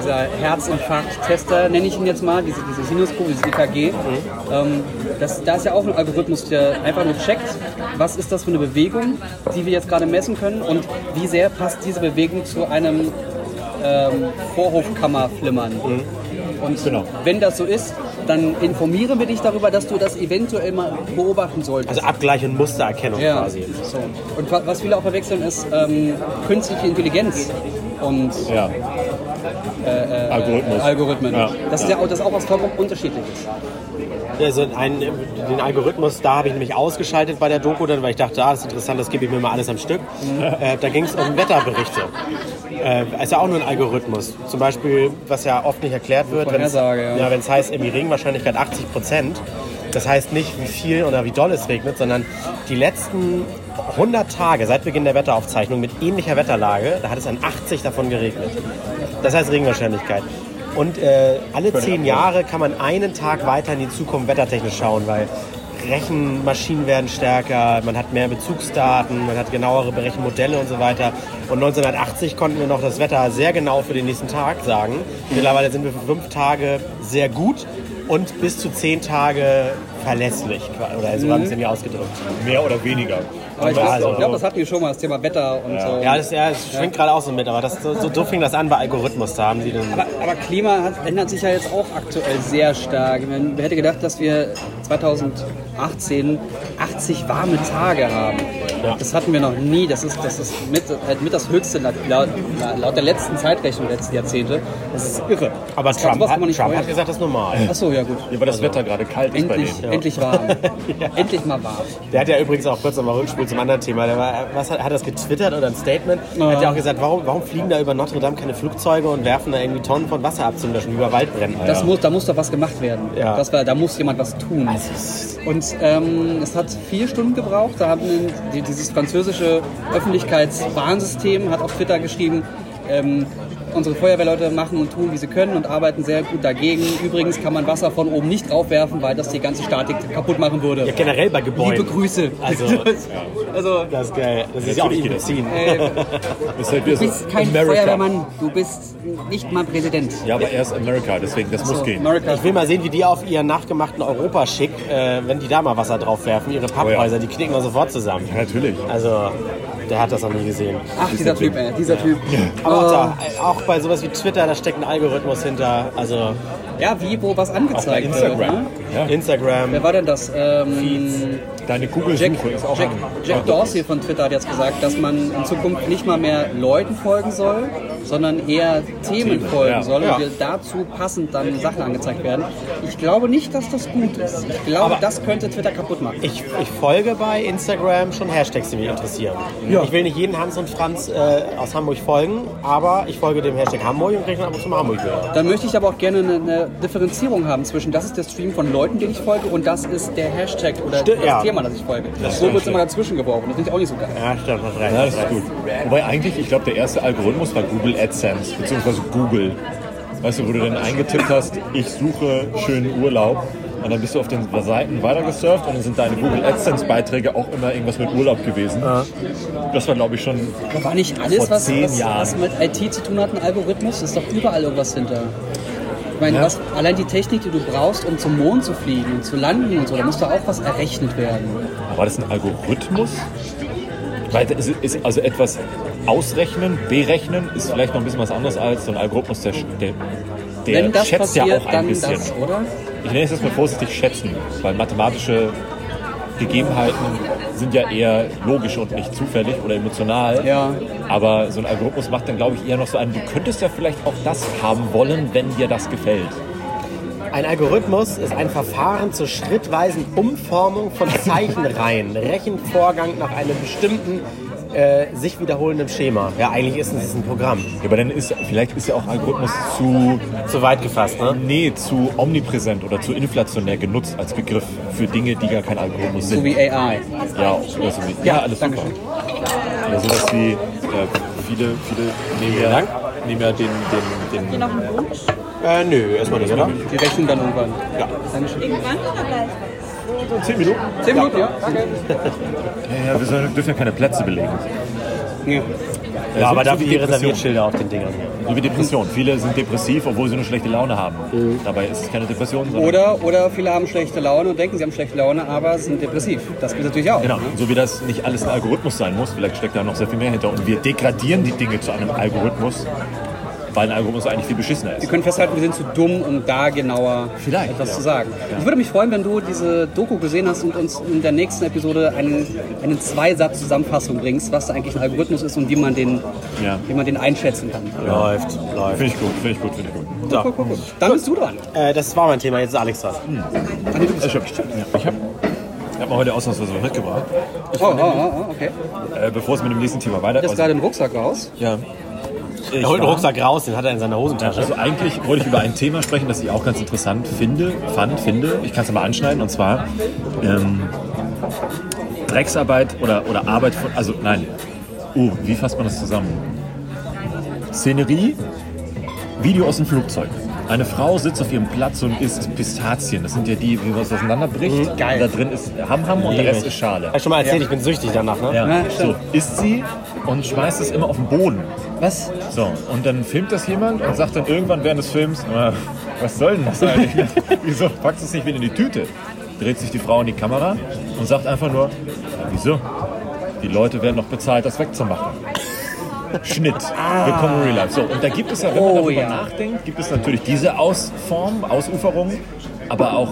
dieser Herzinfarkt-Tester, nenne ich ihn jetzt mal, diese, diese Sinuskurve, diese EKG. Ähm, das, da ist ja auch ein Algorithmus, der einfach nur checkt, was ist das für eine Bewegung, die wir jetzt gerade messen können und wie sehr passt diese Bewegung zu einem ähm, Vorhofkammerflimmern. Und
Genau.
wenn das so ist, dann informieren wir dich darüber, dass du das eventuell mal beobachten solltest.
Also Abgleich und Mustererkennung
ja,
Also quasi.
so. Und wa- was viele auch verwechseln, ist ähm, künstliche Intelligenz und
Ja.
Äh,
Algorithmus.
Algorithmen.
Ja.
Das ist ja auch, das ist auch was vollkommen unterschiedliches.
Also ein, den Algorithmus, da habe ich nämlich ausgeschaltet bei der Doku, dann, weil ich dachte, ah, das ist interessant, das gebe ich mir mal alles am Stück.
Mhm.
Äh, da ging es um Wetterberichte. Äh, ist ja auch nur ein Algorithmus. Zum Beispiel, was ja oft nicht erklärt wird, wenn es
Vorhersage, ja.
ja, wenn's heißt, irgendwie Regenwahrscheinlichkeit 80 Prozent. Das heißt nicht, wie viel oder wie doll es regnet, sondern die letzten 100 Tage seit Beginn der Wetteraufzeichnung mit ähnlicher Wetterlage, da hat es an 80 davon geregnet. Das heißt Regenwahrscheinlichkeit. Und äh, alle zehn Jahre kann man einen Tag weiter in die Zukunft wettertechnisch schauen, weil Rechenmaschinen werden stärker, man hat mehr Bezugsdaten, man hat genauere Berechenmodelle und so weiter. Und 1980 konnten wir noch das Wetter sehr genau für den nächsten Tag sagen. Mittlerweile sind wir für fünf Tage sehr gut und bis zu zehn Tage verlässlich. Oder so haben sie mir ausgedrückt.
Mehr oder weniger.
Aber ich
Ja,
glaube,
also-
glaub, das hatten wir schon mal, das Thema Wetter und so.
Ja, das, ja, das schwingt gerade auch so mit, aber das, so, so, so fing das an bei Algorithmus. Da haben sie dann.
Aber, aber Klima hat, ändert sich ja jetzt auch aktuell sehr stark. Man hätte gedacht, dass wir 2018 80 warme Tage haben.
Ja.
Das hatten wir noch nie. Das ist, das ist mit, halt mit das höchste laut, laut, laut der letzten Zeitrechnung der letzten Jahrzehnte. Das ist irre.
Aber
das kann-
Trump,
sowas kann
hat,
man nicht
Trump hat
vorher-
gesagt, das ist normal.
Ach so, ja gut.
Ja, weil das Wetter gerade kalt ist
Also, Endlich,
bei denen.
(laughs)
endlich warm. Endlich mal warm.
Der hat ja übrigens auch kurz nochmal Rückspiel zum anderen Thema. Der war, was hat, hat das getwittert oder ein Statement?
Ja.
Hat ja auch gesagt, warum, warum fliegen da über Notre Dame keine Flugzeuge und werfen da irgendwie Tonnen von Wasser ab zum Löschen, wie bei Waldbränden?
Das muss, da muss doch was gemacht werden.
Ja.
Das war, da muss jemand was tun. Und ähm, es hat vier Stunden gebraucht. Da haben die, dieses französische Öffentlichkeitsbahnsystem hat auf Twitter geschrieben, ähm, unsere Feuerwehrleute machen und tun, wie sie können und arbeiten sehr gut dagegen. Übrigens kann man Wasser von oben nicht draufwerfen, weil das die ganze Statik kaputt machen würde.
ja, generell bei
Liebe
Gebäuden.
Grüße. (laughs)
Also,
das, also
das ist geil. Das ist
Natürlich
ja auch nicht
geht das.
beziehen.
äh,
Ist halt wieder
du bist
so
kein
America.
Feuerwehrmann, du bist nicht mal Präsident.
Ja, aber er ist America, deswegen, das muss
So,
gehen.
America.
Ich will mal sehen, wie die auf ihren nachgemachten Europaschick, äh, wenn die da mal Wasser drauf werfen, ihre Papphäuser, die knicken da sofort zusammen.
Oh Ja, natürlich.
Also, der hat das noch nie gesehen.
Ach, dieser Typ, ey, dieser Typ.
Aber auch,
Oh.
da, äh, auch bei sowas wie Twitter, da steckt ein Algorithmus hinter. Also
Ja, wie, wo was
Auch bei
angezeigt wird.
Instagram.
Ne?
Ja.
Instagram.
Wer war denn das? Ähm,
Deine
Jack,
Google-Suche ist auch
Jack,
ein
Jack Dorsey von Twitter hat jetzt gesagt, dass man in Zukunft nicht mal mehr Leuten folgen soll, sondern eher Themen
Themen,
folgen
ja.
soll und
Ja.
wir dazu passend dann Sachen angezeigt werden. Ich glaube nicht, dass das gut ist. Ich glaube, das könnte Twitter kaputt machen.
Ich, ich folge bei Instagram schon Hashtags, die mich interessieren.
Ja.
Ich will nicht jeden Hans und Franz äh, aus Hamburg folgen, aber ich folge dem Hashtag Hamburg und kriege dann ab und zu mal Hamburg wieder.
Dann möchte ich aber auch gerne eine, eine Differenzierung haben zwischen das ist der Stream von Leuten, denen ich folge und das ist der Hashtag oder
Stimmt,
das
ja.
Thema, das ich folge. so wird es immer dazwischen geworfen. Das finde ich auch nicht so geil.
Ja, stimmt, hast recht.
Ja, das ist gut. Wobei eigentlich, ich glaube, der erste Algorithmus war Google AdSense, beziehungsweise Google. Weißt du, wo du dann eingetippt hast, ich suche schönen Urlaub. Und dann bist du auf den Seiten weitergesurft und dann sind deine Google AdSense-Beiträge auch immer irgendwas mit Urlaub gewesen. Das war, glaube ich, schon.
War nicht alles,
Vor
was,
zehn
was,
Jahren.
was mit IT zu tun hat, ein Algorithmus? Ist doch überall irgendwas hinter. Ich meine,
Ja.
was, allein die Technik, die du brauchst, um zum Mond zu fliegen und zu landen und so, da muss doch auch was errechnet werden.
War das ein Algorithmus? Weil das ist ist also etwas ausrechnen, berechnen ist vielleicht noch ein bisschen was anderes als so ein Algorithmus, der, der,
Wenn
der
das
schätzt ja
passiert,
auch ein
dann
bisschen.
das, oder?
Ich nenne es jetzt mal vorsichtig schätzen, weil mathematische Gegebenheiten sind ja eher logisch und nicht zufällig oder emotional.
Ja.
Aber so ein Algorithmus macht dann, glaube ich, eher noch so einen, du könntest ja vielleicht auch das haben wollen, wenn dir das gefällt.
Ein Algorithmus ist ein Verfahren zur schrittweisen Umformung von Zeichenreihen. Rechenvorgang nach einem bestimmten äh, sich wiederholenden Schema. Ja, eigentlich ist es ein Programm.
Ja, aber dann ist, vielleicht ist ja auch Algorithmus zu,
Zu weit gefasst, ne?
nee, zu omnipräsent oder zu inflationär genutzt als Begriff für Dinge, die gar kein Algorithmus
So
sind.
wie AI.
Ja, oder so wie, ja, alles super.
Dankeschön.
Oder sowas wie, äh, viele, viele nehmen ja, nehmen ja den, den,
Genau.
den
Äh, nö, erstmal nicht, oder?
Die Rechnung dann irgendwann.
Ja.
Dankeschön.
So, zehn Minuten.
Zehn Minuten, ja? Danke.
Ja, ja, wir sollen- dürfen ja keine Plätze belegen.
Ja.
so-
Ja, aber
so
dafür
wie
die
Depression.
Reserviertschilder auf den Dingern.
So wie Depression. Viele sind depressiv, obwohl sie eine schlechte Laune haben.
Mhm.
Dabei ist es keine Depression, sondern.
Oder, oder viele haben schlechte Laune und denken, sie haben schlechte Laune, aber sind depressiv. Das geht natürlich auch.
Genau,
ne?
so wie das nicht alles ein Algorithmus sein muss, vielleicht steckt da noch sehr viel mehr hinter. Und wir degradieren die Dinge zu einem Algorithmus, weil ein Algorithmus eigentlich viel beschissener
Wir
ist.
können festhalten, wir sind zu dumm, um da genauer
Vielleicht,
etwas
ja.
zu sagen. Ich würde mich freuen, wenn du diese Doku gesehen hast und uns in der nächsten Episode eine, eine Zweisatz-Zusammenfassung bringst, was da eigentlich ein Algorithmus ist und wie man den,
Ja.
wie man den einschätzen kann.
Läuft, läuft.
Finde ich gut, finde ich gut, finde ich gut.
So.
Guck, guck. Dann bist du dran.
Äh, das war mein Thema, jetzt ist Alex dran.
Ich habe ich hab, ich hab mal heute ausnahmsweise was mitgebracht,
Oh, oh, oh, oh, okay.
äh, bevor es mit dem nächsten Thema
Ich
weitergeht.
jetzt gerade den Rucksack raus.
ja. Ich
Er holt
war-
den Rucksack raus, den hat er in seiner Hosentasche.
Also eigentlich wollte ich über ein Thema sprechen, das ich auch ganz interessant finde, fand, finde. Ich kann es mal anschneiden und zwar ähm, Drecksarbeit oder, oder Arbeit von, also nein, oh, wie fasst man das zusammen? Szenerie, Video aus dem Flugzeug. Eine Frau sitzt auf ihrem Platz und isst Pistazien. Das sind ja die, wie man es auseinanderbricht.
Mhm. geil.
Und Da drin ist Ham-Ham und der Rest ist Schale.
Hab ich schon mal erzählt, ich bin süchtig danach, ne?
Ja,
Ja,
so
stimmt.
isst sie und schmeißt es immer auf den Boden.
Was?
So, und dann filmt das jemand und sagt dann irgendwann während des Films, äh, was soll denn das eigentlich? (laughs) wieso packst du es nicht wieder in die Tüte? Dreht sich die Frau in die Kamera und sagt einfach nur, "Ja, wieso? Die Leute werden noch bezahlt, das wegzumachen. Schnitt. Willkommen in Real Life. So, und da gibt es ja, wenn man
Ah. Oh,
darüber
ja.
nachdenkt, gibt es natürlich diese Ausform, Ausuferung, aber auch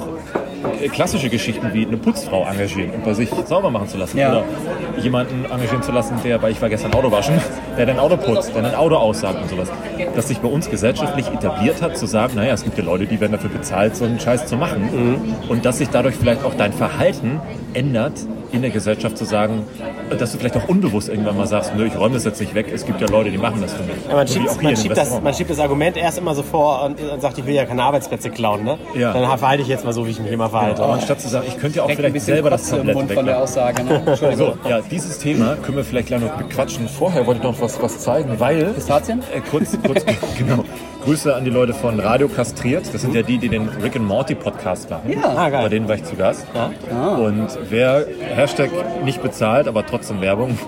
äh, klassische Geschichten wie eine Putzfrau engagieren und bei sich sauber machen zu lassen.
Ja.
Oder jemanden engagieren zu lassen, der, weil ich war gestern Auto waschen, (laughs) der dein Auto putzt, der dein Auto aussagt und sowas. Dass sich bei uns gesellschaftlich etabliert hat, zu sagen, naja, es gibt ja Leute, die werden dafür bezahlt, so einen Scheiß zu machen.
Mhm.
Und dass sich dadurch vielleicht auch dein Verhalten ändert in der Gesellschaft zu sagen, dass du vielleicht auch unbewusst irgendwann mal sagst, nö, ich räume das jetzt nicht weg, es gibt ja Leute, die machen das für mich.
Ja, man,
So wie auch
schiebt,
hier im
man, schiebt das,
Restaurant.
man schiebt das Argument erst immer so vor und, und sagt, ich will ja keine Arbeitsplätze klauen. Ne?
Ja.
Dann verhalte ich jetzt mal so, wie ich mich immer verhalte.
Aber anstatt zu sagen, ich könnte ja auch
Direkt ein
vielleicht
bisschen
selber das
Kotze im
Tablett
Mund von
weglassen.
der Aussage.
(laughs)
Ne? Entschuldigung.
So, ja, dieses Thema können wir vielleicht gleich noch bequatschen. Vorher wollte ich noch was, was zeigen, weil.
Pistazien?
Äh, kurz, kurz, (laughs) genau. Grüße an die Leute von Radio Kastriert. Das sind ja die, die den Rick and Morty Podcast machen.
Ja. Ah,
geil. Ah.
Bei denen war ich zu Gast. Und wer Hashtag nicht bezahlt, aber trotzdem Werbung.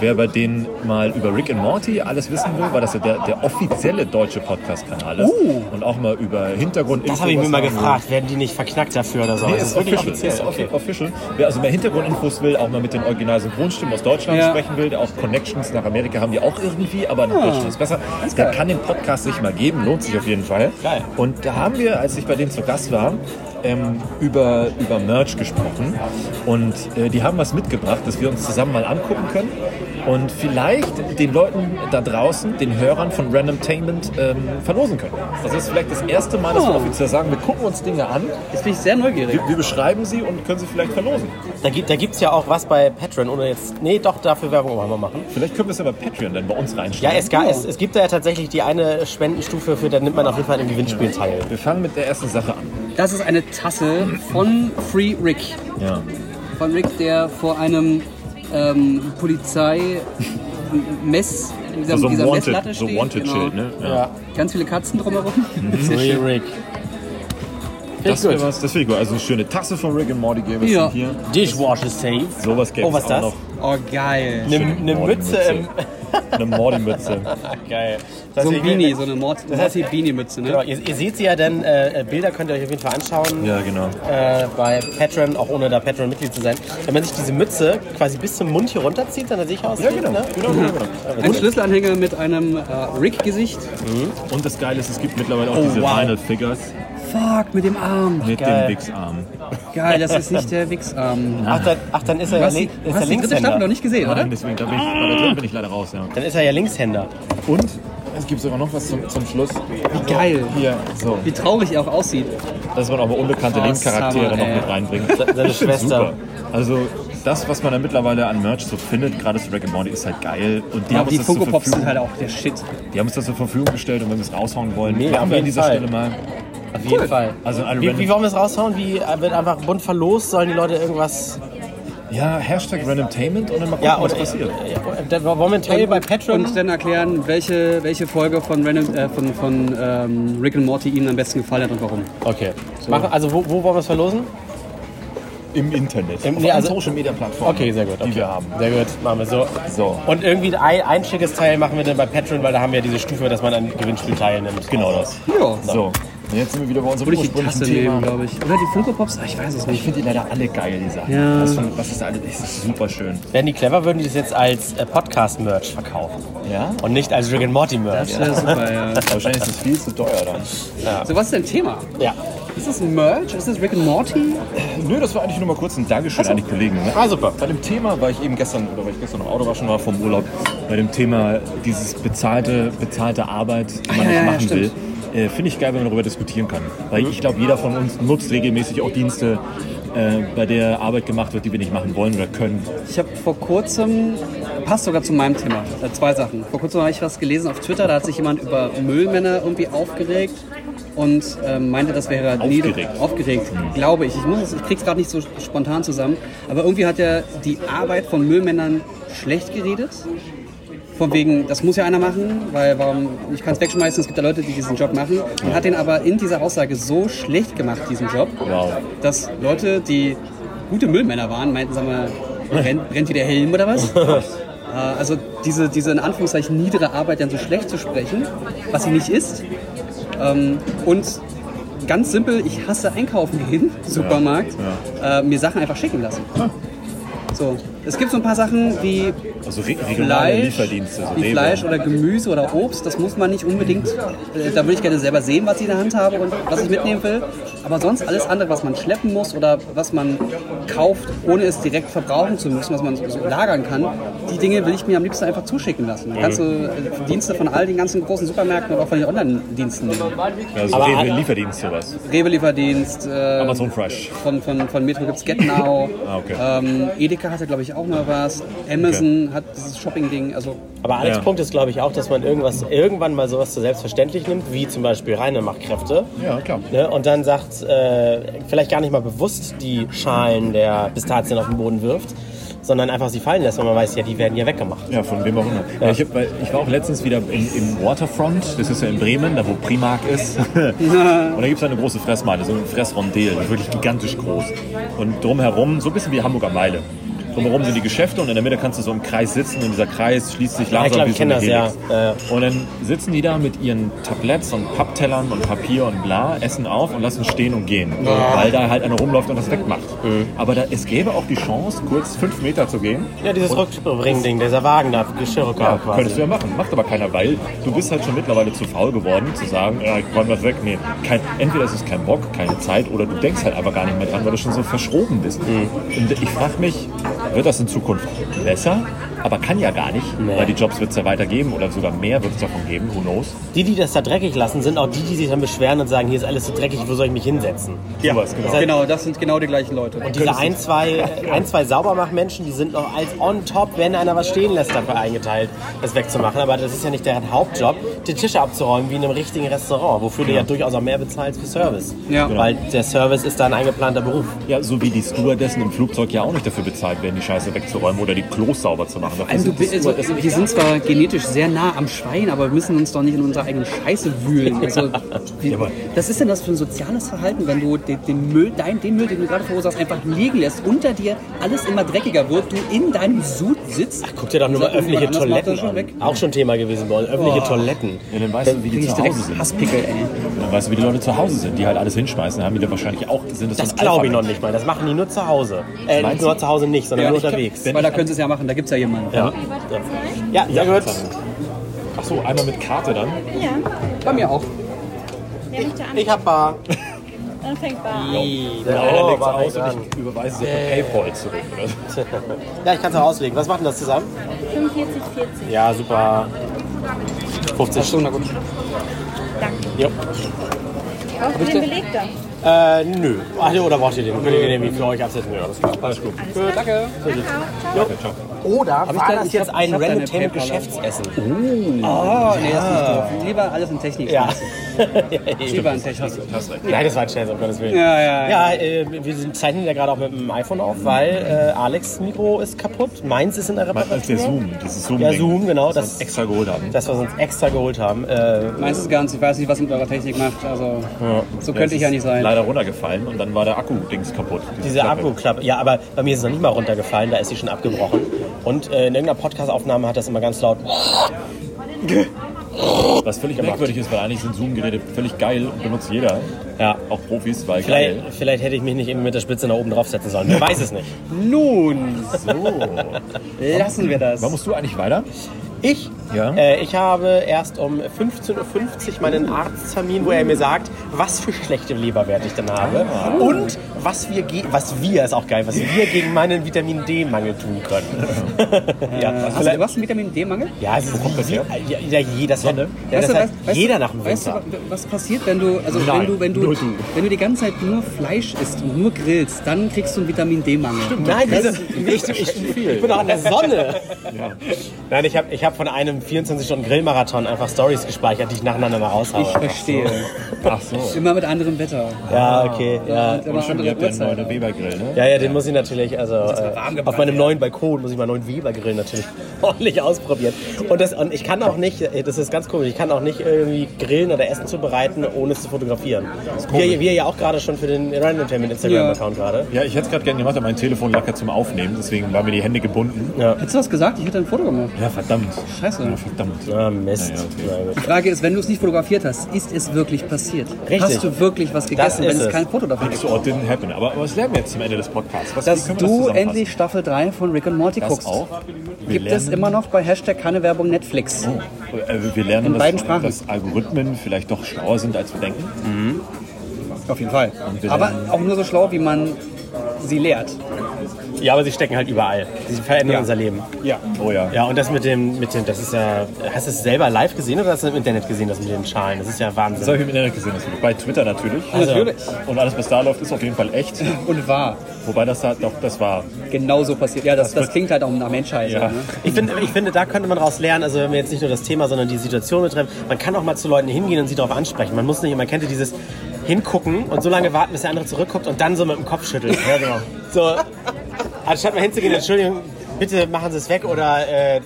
Wer bei denen mal über Rick and Morty alles wissen will, weil das ja der, der offizielle deutsche Podcast-Kanal ist. Und auch mal über Hintergrund.
Uh. das habe ich mir mal gefragt, werden die nicht verknackt dafür oder so?
Nee,
Das
ist official.
offiziell,
Ist
okay.
offi- official. Wer also mehr Hintergrundinfos will, auch mal mit den original Synchronstimmen aus Deutschland
Ja.
sprechen will, der auch Connections nach Amerika haben die auch irgendwie, aber
Ah.
nach Deutschland ist besser. Der
geil.
kann den Podcast sich mal geben, lohnt sich auf jeden Fall.
Geil.
Und da haben wir, als ich bei denen zu Gast war, ähm, über, über Merch gesprochen. Und äh, die haben was mitgebracht, das wir uns zusammen mal angucken können. und vielleicht den Leuten da draußen, den Hörern von Randomtainment, ähm, verlosen können. Das ist vielleicht das erste Mal, dass
Ah.
wir
Oh.
offiziell sagen, wir gucken uns Dinge an,
Jetzt bin ich sehr neugierig.
wir, wir beschreiben sie und können sie vielleicht verlosen.
Da gibt es ja auch was bei Patreon, ohne jetzt. Nee, doch, dafür Werbung wollen wir machen.
Vielleicht können wir es ja bei Patreon dann bei uns
Ja,
reinschreiben.
es, ga, es, es gibt da ja tatsächlich die eine Spendenstufe, für da nimmt man auf jeden Fall im Gewinnspiel teil.
wir fangen mit der ersten Sache an.
Das ist eine Tasse von Free Rick.
Ja.
Von Rick, der vor einem ähm, Polizei Mess dieser,
So ein
dieser
Wanted,
Messlatte
so
steht.
wanted
genau.
Schild, ne? Mhm. Ja.
Ganz viele Katzen drumherum. (laughs)
Rick.
Das wäre was, das finde ich gut. Also eine schöne Tasse von Rick and Morty gäbe es
Ja.
hier.
Dishwasher safe.
Sowas gäbe
Oh, was
es auch
das?
noch.
Oh geil.
Eine ne Mütze im. (laughs)
Eine Morty-Mütze.
Geil.
So ein
ihr-
Beanie, so eine Mord
heißt-
Morty Beanie Mütze,
Genau,
ne?
ihr, ihr seht sie ja dann, äh, äh, Bilder könnt ihr euch auf jeden Fall anschauen.
Ja, genau.
Äh, bei Patreon, auch ohne da Patreon-Mitglied zu sein. Wenn man sich diese Mütze quasi bis zum Mund hier runterzieht, dann sehe ich aus.
Ja, genau.
Ne?
genau, genau, genau.
Ein Schlüsselanhänger mit einem äh, Rick Gesicht.
Und das Geile ist, es gibt mittlerweile auch
Oh,
diese
wow.
Vinyl Figures
Fuck, mit dem Arm.
mit
Geil.
dem Wix-Arm.
Geil, das ist nicht der Wichsarm.
Ach, dann, ach, dann ist er,
Du
ja
hast
li-
die,
ist
du
er
hast die dritte Staffel noch
Linkshänder.
nicht gesehen, oder?
Nein, deswegen da bin, ich, bei der dritten bin ich leider raus. Ja.
Dann ist er ja Linkshänder.
Und es gibt sogar noch was zum, zum Schluss.
Wie geil.
Hier, so.
Wie traurig er auch aussieht.
Dass man auch mal unbekannte
Oh,
Nebencharaktere
Summer,
noch
ey.
mit reinbringt.
seine
Ich find's
Schwester.
(laughs) Super. Also das, was man da mittlerweile an Merch so findet, gerade zu Rick and Morty, ist halt geil. Und die
Ja,
haben uns
die
das zur
Funko Pops sind
Verfügung-
halt auch der Shit.
Die haben uns das zur Verfügung gestellt und wenn wir es raushauen wollen,
Mega,
machen
auf
wir an
jeden
dieser
Fall.
Stelle mal.
Auf jeden Fall.
Also alle
wie,
random-
wie wollen wir es raushauen? Wie äh, wird einfach bunt verlost? Sollen die Leute irgendwas.
Ja, Hashtag Randomtainment und dann mal gucken, was
und-
passiert.
äh, äh, dann wollen wir einen Trail bei Patreon?
Und dann erklären, welche, welche Folge von, Random, äh, von, von ähm, Rick und Morty Ihnen am besten gefallen hat und warum.
okay. Machen, also, wo, wo wollen wir es verlosen?
Im Internet.
Im-
auf
nee,
allen
also-
Social Media Plattformen.
Okay, sehr gut.
Die
Okay.
wir haben.
Sehr gut, machen wir so.
So.
Und irgendwie ein, ein schickes Teil machen wir dann bei Patreon, weil da haben wir ja diese Stufe, dass man an Gewinnspiel teilnimmt.
Genau das.
Ja.
So. Und jetzt sind wir wieder bei unserem
Würde ich die
ursprünglichen
Tasse
Thema.
nehmen, glaube ich. Oder die Funko Pops? Ah, ich weiß es
ich
nicht.
finde die leider alle geil, die Sachen.
Ja.
Das, was ist da alles? Das ist super schön.
Wären die clever, würden die das jetzt als äh, Podcast-Merch verkaufen.
Ja?
Und nicht als Rick and Morty-Merch.
Das wäre super, ja.
Aber wahrscheinlich ist das viel zu teuer dann.
So, was ist dein Thema?
Ja.
Ist das ein Merch? Ist das Rick and Morty?
Nö, das war eigentlich nur mal kurz ein Dankeschön an die Kollegen. Ne?
Ah, super.
Bei dem Thema war ich eben gestern, oder weil ich gestern noch Auto war, schon war vom Urlaub, bei dem Thema dieses bezahlte, bezahlte Arbeit, die man
Ah, ja, ja,
nicht
ja,
machen will,
stimmt. Mhm.
äh, finde ich geil, wenn man darüber diskutieren kann. Weil ich glaube, jeder von uns nutzt regelmäßig auch Dienste, äh, bei der Arbeit gemacht wird, die wir nicht machen wollen oder können.
Ich habe vor kurzem, passt sogar zu meinem Thema, äh, zwei Sachen. Vor kurzem habe ich was gelesen auf Twitter, da hat sich jemand über Müllmänner irgendwie aufgeregt und ähm, meinte, das wäre nie-
Aufgeregt.
aufgeregt, glaube ich. Ich, muss es- ich krieg's gerade nicht so spontan zusammen, aber irgendwie hat er die Arbeit von Müllmännern schlecht geredet. Von wegen, das muss ja einer machen, weil warum, ich kann es wegschmeißen, es gibt ja Leute, die diesen Job machen. Und hat den aber in dieser Aussage so schlecht gemacht, diesen Job,
Wow.
dass Leute, die gute Müllmänner waren, meinten, sag mal, brennt, brennt wie der Helm oder was? Äh, Also diese, diese in Anführungszeichen niedere Arbeit dann so schlecht zu sprechen, was sie nicht ist. Ähm, und ganz simpel, ich hasse einkaufen gehen, Supermarkt, Äh, mir Sachen einfach schicken lassen. So, es gibt so ein paar Sachen wie
Also re regionale
Fleisch,
Lieferdienste. So
wie
Rewe.
Fleisch oder Gemüse oder Obst, das muss man nicht unbedingt. Äh, da würde ich gerne selber sehen, was ich in der Hand habe und was ich mitnehmen will. Aber sonst alles andere, was man schleppen muss oder was man kauft, ohne es direkt verbrauchen zu müssen, was man so lagern kann, die Dinge will ich mir am liebsten einfach zuschicken lassen. Dann kannst du äh, Dienste von all den ganzen großen Supermärkten und auch von den Online-Diensten nehmen.
Ja, so
Aber-
Rewe Lieferdienst sowas.
Rewe-Lieferdienst, äh,
Amazon Fresh.
von, von, von Metro gibt's Get Now.
Ah, okay.
ähm, Edeka hatte, glaube ich, auch mal was. Amazon hat dieses Shopping-Ding. Also
Aber Alex
Ja.
Punkt ist, glaube ich, auch, dass man irgendwas, irgendwann mal sowas zu selbstverständlich nimmt, wie zum Beispiel reine Machtkräfte.
Ja, klar.
Ne? Und dann sagt, äh, vielleicht gar nicht mal bewusst die Schalen der Pistazien auf den Boden wirft, sondern einfach sie fallen lässt, weil man weiß, ja, die werden ja weggemacht.
Ja, von wem auch immer. Ja. Ich, hab, weil ich war auch letztens wieder im, im Waterfront, das ist ja in Bremen, da wo Primark ist. (laughs) Und da gibt es eine große Fressmeile, so ein Fressrondel, die ist wirklich gigantisch groß. Und drumherum, so ein bisschen wie Hamburger Meile. Drumherum sind die Geschäfte und in der Mitte kannst du so im Kreis sitzen und dieser Kreis schließt sich langsam
ich glaub, ich
wie so eine
kenn das,
Helix.
ja.
Und dann sitzen die da mit ihren Tabletts und Papptellern und Papier und bla, essen auf und lassen stehen und gehen. Weil da halt einer rumläuft und das wegmacht. Aber da, es gäbe auch die Chance, kurz fünf Meter zu gehen
äh, Ja, dieses Rückbringen-Ding, dieser Wagen da, Geschirrrücker
ja,
quasi.
könntest du ja machen, macht aber keiner, weil du bist halt schon mittlerweile zu faul geworden, zu sagen, ja, ich räum das weg. Nee, kein, entweder ist es kein Bock, keine Zeit oder du denkst halt einfach gar nicht mehr dran, weil du schon so verschroben bist. Und ich frage mich, Wird das in Zukunft besser? Aber kann ja gar nicht, weil die Jobs wird es ja weitergeben oder sogar mehr wird es davon geben, who knows.
Die, die das da dreckig lassen, sind auch die, die sich dann beschweren und sagen, hier ist alles so dreckig, wo soll ich mich hinsetzen?
Ja, Sowas, genau.
heißt-
Genau, das sind genau die gleichen Leute.
Und diese ein, (laughs) zwei, ein, zwei Saubermachmenschen, die sind noch als on top, wenn einer was stehen lässt, dafür eingeteilt, das wegzumachen. Aber das ist ja nicht deren Hauptjob, die Tische abzuräumen wie in einem richtigen Restaurant, wofür du ja durchaus auch mehr bezahlst für Service. Genau.
Ja.
Weil der Service ist da ein eingeplanter Beruf.
Ja, so wie die Stewardessen im Flugzeug ja auch nicht dafür bezahlt werden, die Scheiße wegzuräumen oder die Klos sauber zu machen. Dafür
Also,
sind die
du, also,
Stewardessen-
wir sind zwar genetisch sehr nah am Schwein, aber wir müssen uns doch nicht in unsere eigene Scheiße wühlen. Also, wie,
aber-
was ist denn das für ein soziales Verhalten, wenn du den, den Müll, dein, den Müll, den du gerade verursachst, einfach liegen lässt, unter dir alles immer dreckiger wird, du in deinem Sud sitzt? Ach,
Guck dir doch nur mal öffentliche Toiletten
Schon
an.
weg.
Auch schon Thema gewesen bei uns, öffentliche Toiletten.
ja, dann weißt du, wie die
Krieg ich
zu Hause
direkt
sind.
Hasspickel, ey.
Dann weißt du, wie die Leute zu Hause sind, die halt alles hinschmeißen. Haben die da wahrscheinlich auch, sind das,
Das
so ein
glaube ich noch
Alphabet.
nicht mal. Das machen die nur zu Hause. Äh,
Meinst
nur
du?
zu Hause nicht, sondern
Ja,
nur
ich glaub-
unterwegs.
Weil da könntest du es ja machen, da gibt es ja jemanden.
Ja, ja. ja sehr gut.
Ach so, einmal mit Karte dann.
Ja,
Bei mir auch.
wer möchte an?
Ich hab Bar.
Dann fängt Bar an.
Der
Ja,
einer
oh,
legt
war
aus
weg
und ich überweise sie per Paypal zurück. oder so.
Ja, ich kann es auch auslegen. Was macht denn das zusammen?
45, 40.
Ja, super. 50.
Achso, na gut.
Jo.
Brauchst du den Beleg da?
Äh, nö. Ach, nee, oder braucht ihr den? Könnt ihr den irgendwie für euch absetzen? Ja, das geht.
Alles gut.
Danke.
Oder war
da-
das
ich hab-
jetzt ein
ich hab deine
Random 10
PayPal.
Geschäftsessen?
Oh, nee, das ist nicht doof. Lieber alles in Technik. (laughs)
Ja.
schmeißen. Lieber in Technik.
Hast recht.
Nein, das war ein Scherz, um Gottes Willen.
Ja, ja,
Ja, äh, wir sind- zeichnen ja gerade auch mit dem iPhone auf, weil äh, Alex' Mikro ist kaputt. Meins ist in der
Mein- als
Reparatur.
der Zoom, dieses Zoom.
Ja, Zoom, genau,
Das
das-
wir extra geholt haben.
Das, was wir uns extra geholt haben. Äh,
Meins ist ganz, ich weiß nicht, was ihr mit eurer Technik macht. Also, so könnte ich ja nicht sein.
Leider runtergefallen und dann war der Akku-Dings kaputt.
Diese
Klappe.
Akkuklappe. Ja, aber bei mir ist es noch nicht mal runtergefallen, da ist sie schon abgebrochen. Und äh, in irgendeiner Podcast-Aufnahme hat das immer ganz laut.
Was völlig merkwürdig ist, weil eigentlich sind Zoom-Geräte völlig geil und benutzt jeder.
Ja.
Auch Profis, weil geil.
Vielleicht, vielleicht hätte ich mich nicht eben mit der Spitze nach oben draufsetzen sollen. Wer weiß es nicht.
Nun,
So.
lassen wir das.
Wann musst du eigentlich weiter?
Ich?
Ja.
Äh, ich habe erst um 15.50 Uhr meinen Arzttermin, wo er mir sagt, was für schlechte Leberwerte ich denn habe. Und was wir, ge- was wir, ist auch geil, was wir gegen meinen Vitamin D-Mangel tun können. (laughs) ja,
Hast du,
vielleicht,
du hast einen Vitamin-D-Mangel?
ja, es ist wie, wie, ja, ja, je, das hat, ja, das
Weißt du,
hat
weißt- weißt
jeder
du-
nach dem
weißt du,
Winter.
wa- was passiert, wenn du, also
Nein,
wenn du, wenn du,
nur du.
wenn du die ganze Zeit nur Fleisch isst und nur grillst, dann kriegst du einen Vitamin-D-Mangel.
Nein, das ist, ich, ich, ich bin auch in der Sonne. Nein, ich habe ich hab von einem 24-Stunden-Grillmarathon einfach Stories gespeichert, die ich nacheinander mal raushaue.
Ich verstehe.
Ach so.
Immer mit anderem Wetter.
Ja, okay. Ja.
und immer
Stimmt,
andere
ihr habt ja einen
Uhrzeit.
neuen Weber-Grill, ne?
Ja, ja, den muss ich natürlich, also äh,
warm gebrannt,
auf meinem
ja.
neuen Balkon muss ich meinen neuen Webergrill natürlich (laughs) ordentlich ausprobieren. Und, das, und ich kann auch nicht, äh, das ist ganz komisch, ich kann auch nicht irgendwie grillen oder Essen zubereiten, ohne es zu fotografieren. Wir, wir ja auch gerade schon für den Random Termin Instagram-Account gerade.
Ja, ich hätte es gerade gerne gemacht, aber mein Telefon lag ja zum Aufnehmen, deswegen waren mir die Hände gebunden.
Hättest du was gesagt? Ich hätte ein Foto gemacht.
Ja, verdammt.
Scheiße.
Ja, verdammt.
Ah, Mist.
Naja, okay.
Na gut.
Die Frage ist, wenn du es nicht fotografiert hast, ist es wirklich passiert?
Richtig.
Hast du wirklich was gegessen,
ist
wenn es,
es.
kein Foto davon gibt?
So, it didn't happen. Aber was lernen wir jetzt zum Ende des Podcasts? Was, wie
Dass
können wir
du
zusammenfassen?
endlich Staffel 3 von Rick and Morty
das
guckst.
auch. Wir
Gibt es
lernen-
immer noch bei Hashtag keine Werbung Netflix.
Oh, äh, wir lernen,
In
dass,
beiden Sprachen.
dass Algorithmen vielleicht doch schlauer sind, als wir denken.
Oh, Auf jeden Fall.
wir
Aber
lernen-
auch nur so schlau, wie man sie lehrt.
Ja, aber sie stecken halt überall. Sie verändern unser Leben.
Ja. Oh ja.
Ja, und das mit dem, mit dem, das ist ja, hast du es selber live gesehen oder hast du es im Internet gesehen, das mit den Schalen? Das ist ja Wahnsinn.
Das habe ich im Internet gesehen. Das bei Twitter natürlich.
Natürlich.
Und alles, was da läuft, ist auf jeden Fall echt.
Und wahr.
Wobei das halt doch, das war.
Genauso passiert. Ja, das, das klingt halt auch nach Menschheit.
Ja.
Ne?
Ich finde, ich finde, da könnte man daraus lernen, also wenn wir jetzt nicht nur das Thema, sondern die Situation betreffen, man kann auch mal zu Leuten hingehen und sie darauf ansprechen. Man muss nicht, man kennt ja dieses hingucken und so lange warten, bis der andere zurückguckt und dann so mit dem Kopf schütteln. Ja, genau. So, anstatt mal hinzugehen, Entschuldigung, bitte machen Sie es weg oder äh,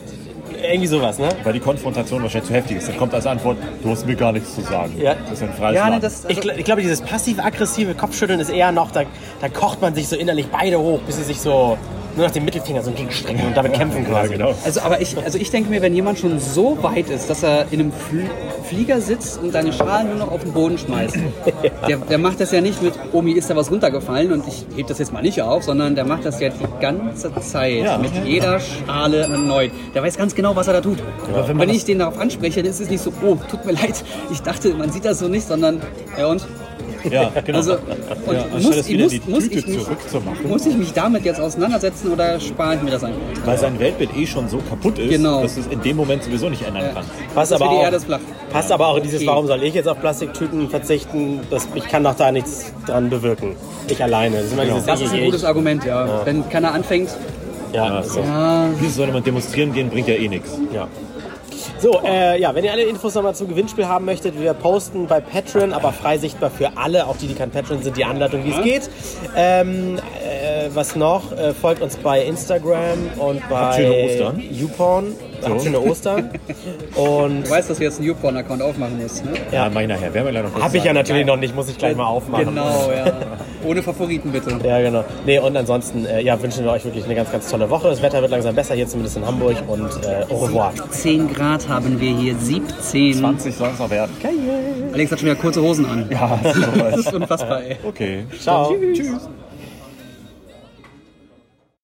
irgendwie sowas, ne?
Weil die Konfrontation wahrscheinlich zu heftig ist. Dann kommt als Antwort, du hast mir gar nichts zu sagen.
Ja.
Das ist ein freies
Ja, ne,
Land.
das,
Ich, gl- ich glaube, dieses passiv-aggressive Kopfschütteln ist eher noch, da, da kocht man sich so innerlich beide hoch, bis sie sich so nur nach dem Mittelfinger so entgegenstrecken und damit kämpfen
ja,
quasi.
genau.
also, aber ich, also ich denke mir, wenn jemand schon so weit ist, dass er in einem Fl Flieger sitzt und seine Schalen nur noch auf den Boden
(laughs)
schmeißt, der, der macht das ja nicht mit, oh, mir ist da was runtergefallen und ich heb das jetzt mal nicht auf, sondern der macht das ja die ganze Zeit
Ja.
mit jeder Schale erneut. Der weiß ganz genau, was er da tut.
Aber wenn
wenn
man das-
ich den darauf anspreche, dann ist es nicht so, oh, tut mir leid, ich dachte, man sieht das so nicht, sondern, ja und?
Ja, genau.
Also, und
ja, anstatt
muss,
das
ich-
wieder
muss,
in die
muss, ich
Tüte
mich,
zurückzumachen.
muss ich mich damit jetzt auseinandersetzen oder spare ich mir das einfach?
weil sein Weltbild eh schon so kaputt ist,
Genau.
dass du es in dem Moment sowieso nicht ändern
Ja.
kannst.
Passt
Das
aber,
wird die
auch,
Erde ist flach.
passt aber auch in dieses,
Okay.
warum soll ich jetzt auf Plastiktüten verzichten? Das, ich kann doch da nichts dran bewirken. Ich alleine. Das ist
Genau.
immer dieses
Das ist ein
Ich,
gutes
ich,
Argument, ja. Wenn keiner anfängt,
ja,
Ja, so.
so.
ah,
Wieso sollte man demonstrieren gehen, bringt ja eh nichts.
Ja. So, äh, ja, wenn ihr alle Infos nochmal zum Gewinnspiel haben möchtet, wir posten bei Patreon, aber frei sichtbar für alle, auch die, die kein Patreon sind, die Anleitung, wie es geht. Ähm, äh, was noch? Äh, folgt uns bei Instagram und bei
schöne Ostern.
YouPorn. Habt schöne Ostern. und
du (laughs) weißt, dass wir jetzt einen Newporn-Account aufmachen musst, ne?
Ja, mach ich nachher. Werden wir leider noch kurz
habe ich ja
sagen.
natürlich noch nicht, muss ich gleich mal aufmachen.
Genau, ja. Ohne Favoriten bitte.
Ja, genau. Nee, und ansonsten äh, ja, wünschen wir euch wirklich eine ganz, ganz tolle Woche. Das Wetter wird langsam besser, hier zumindest in Hamburg. Und äh, au revoir.
10 Grad haben wir hier, 17.
20 soll es noch werden.
Alex hat schon wieder kurze Hosen an.
Ja,
(laughs) Das
sowas.
ist unfassbar, ey.
Okay.
Ciao.
Tschüss.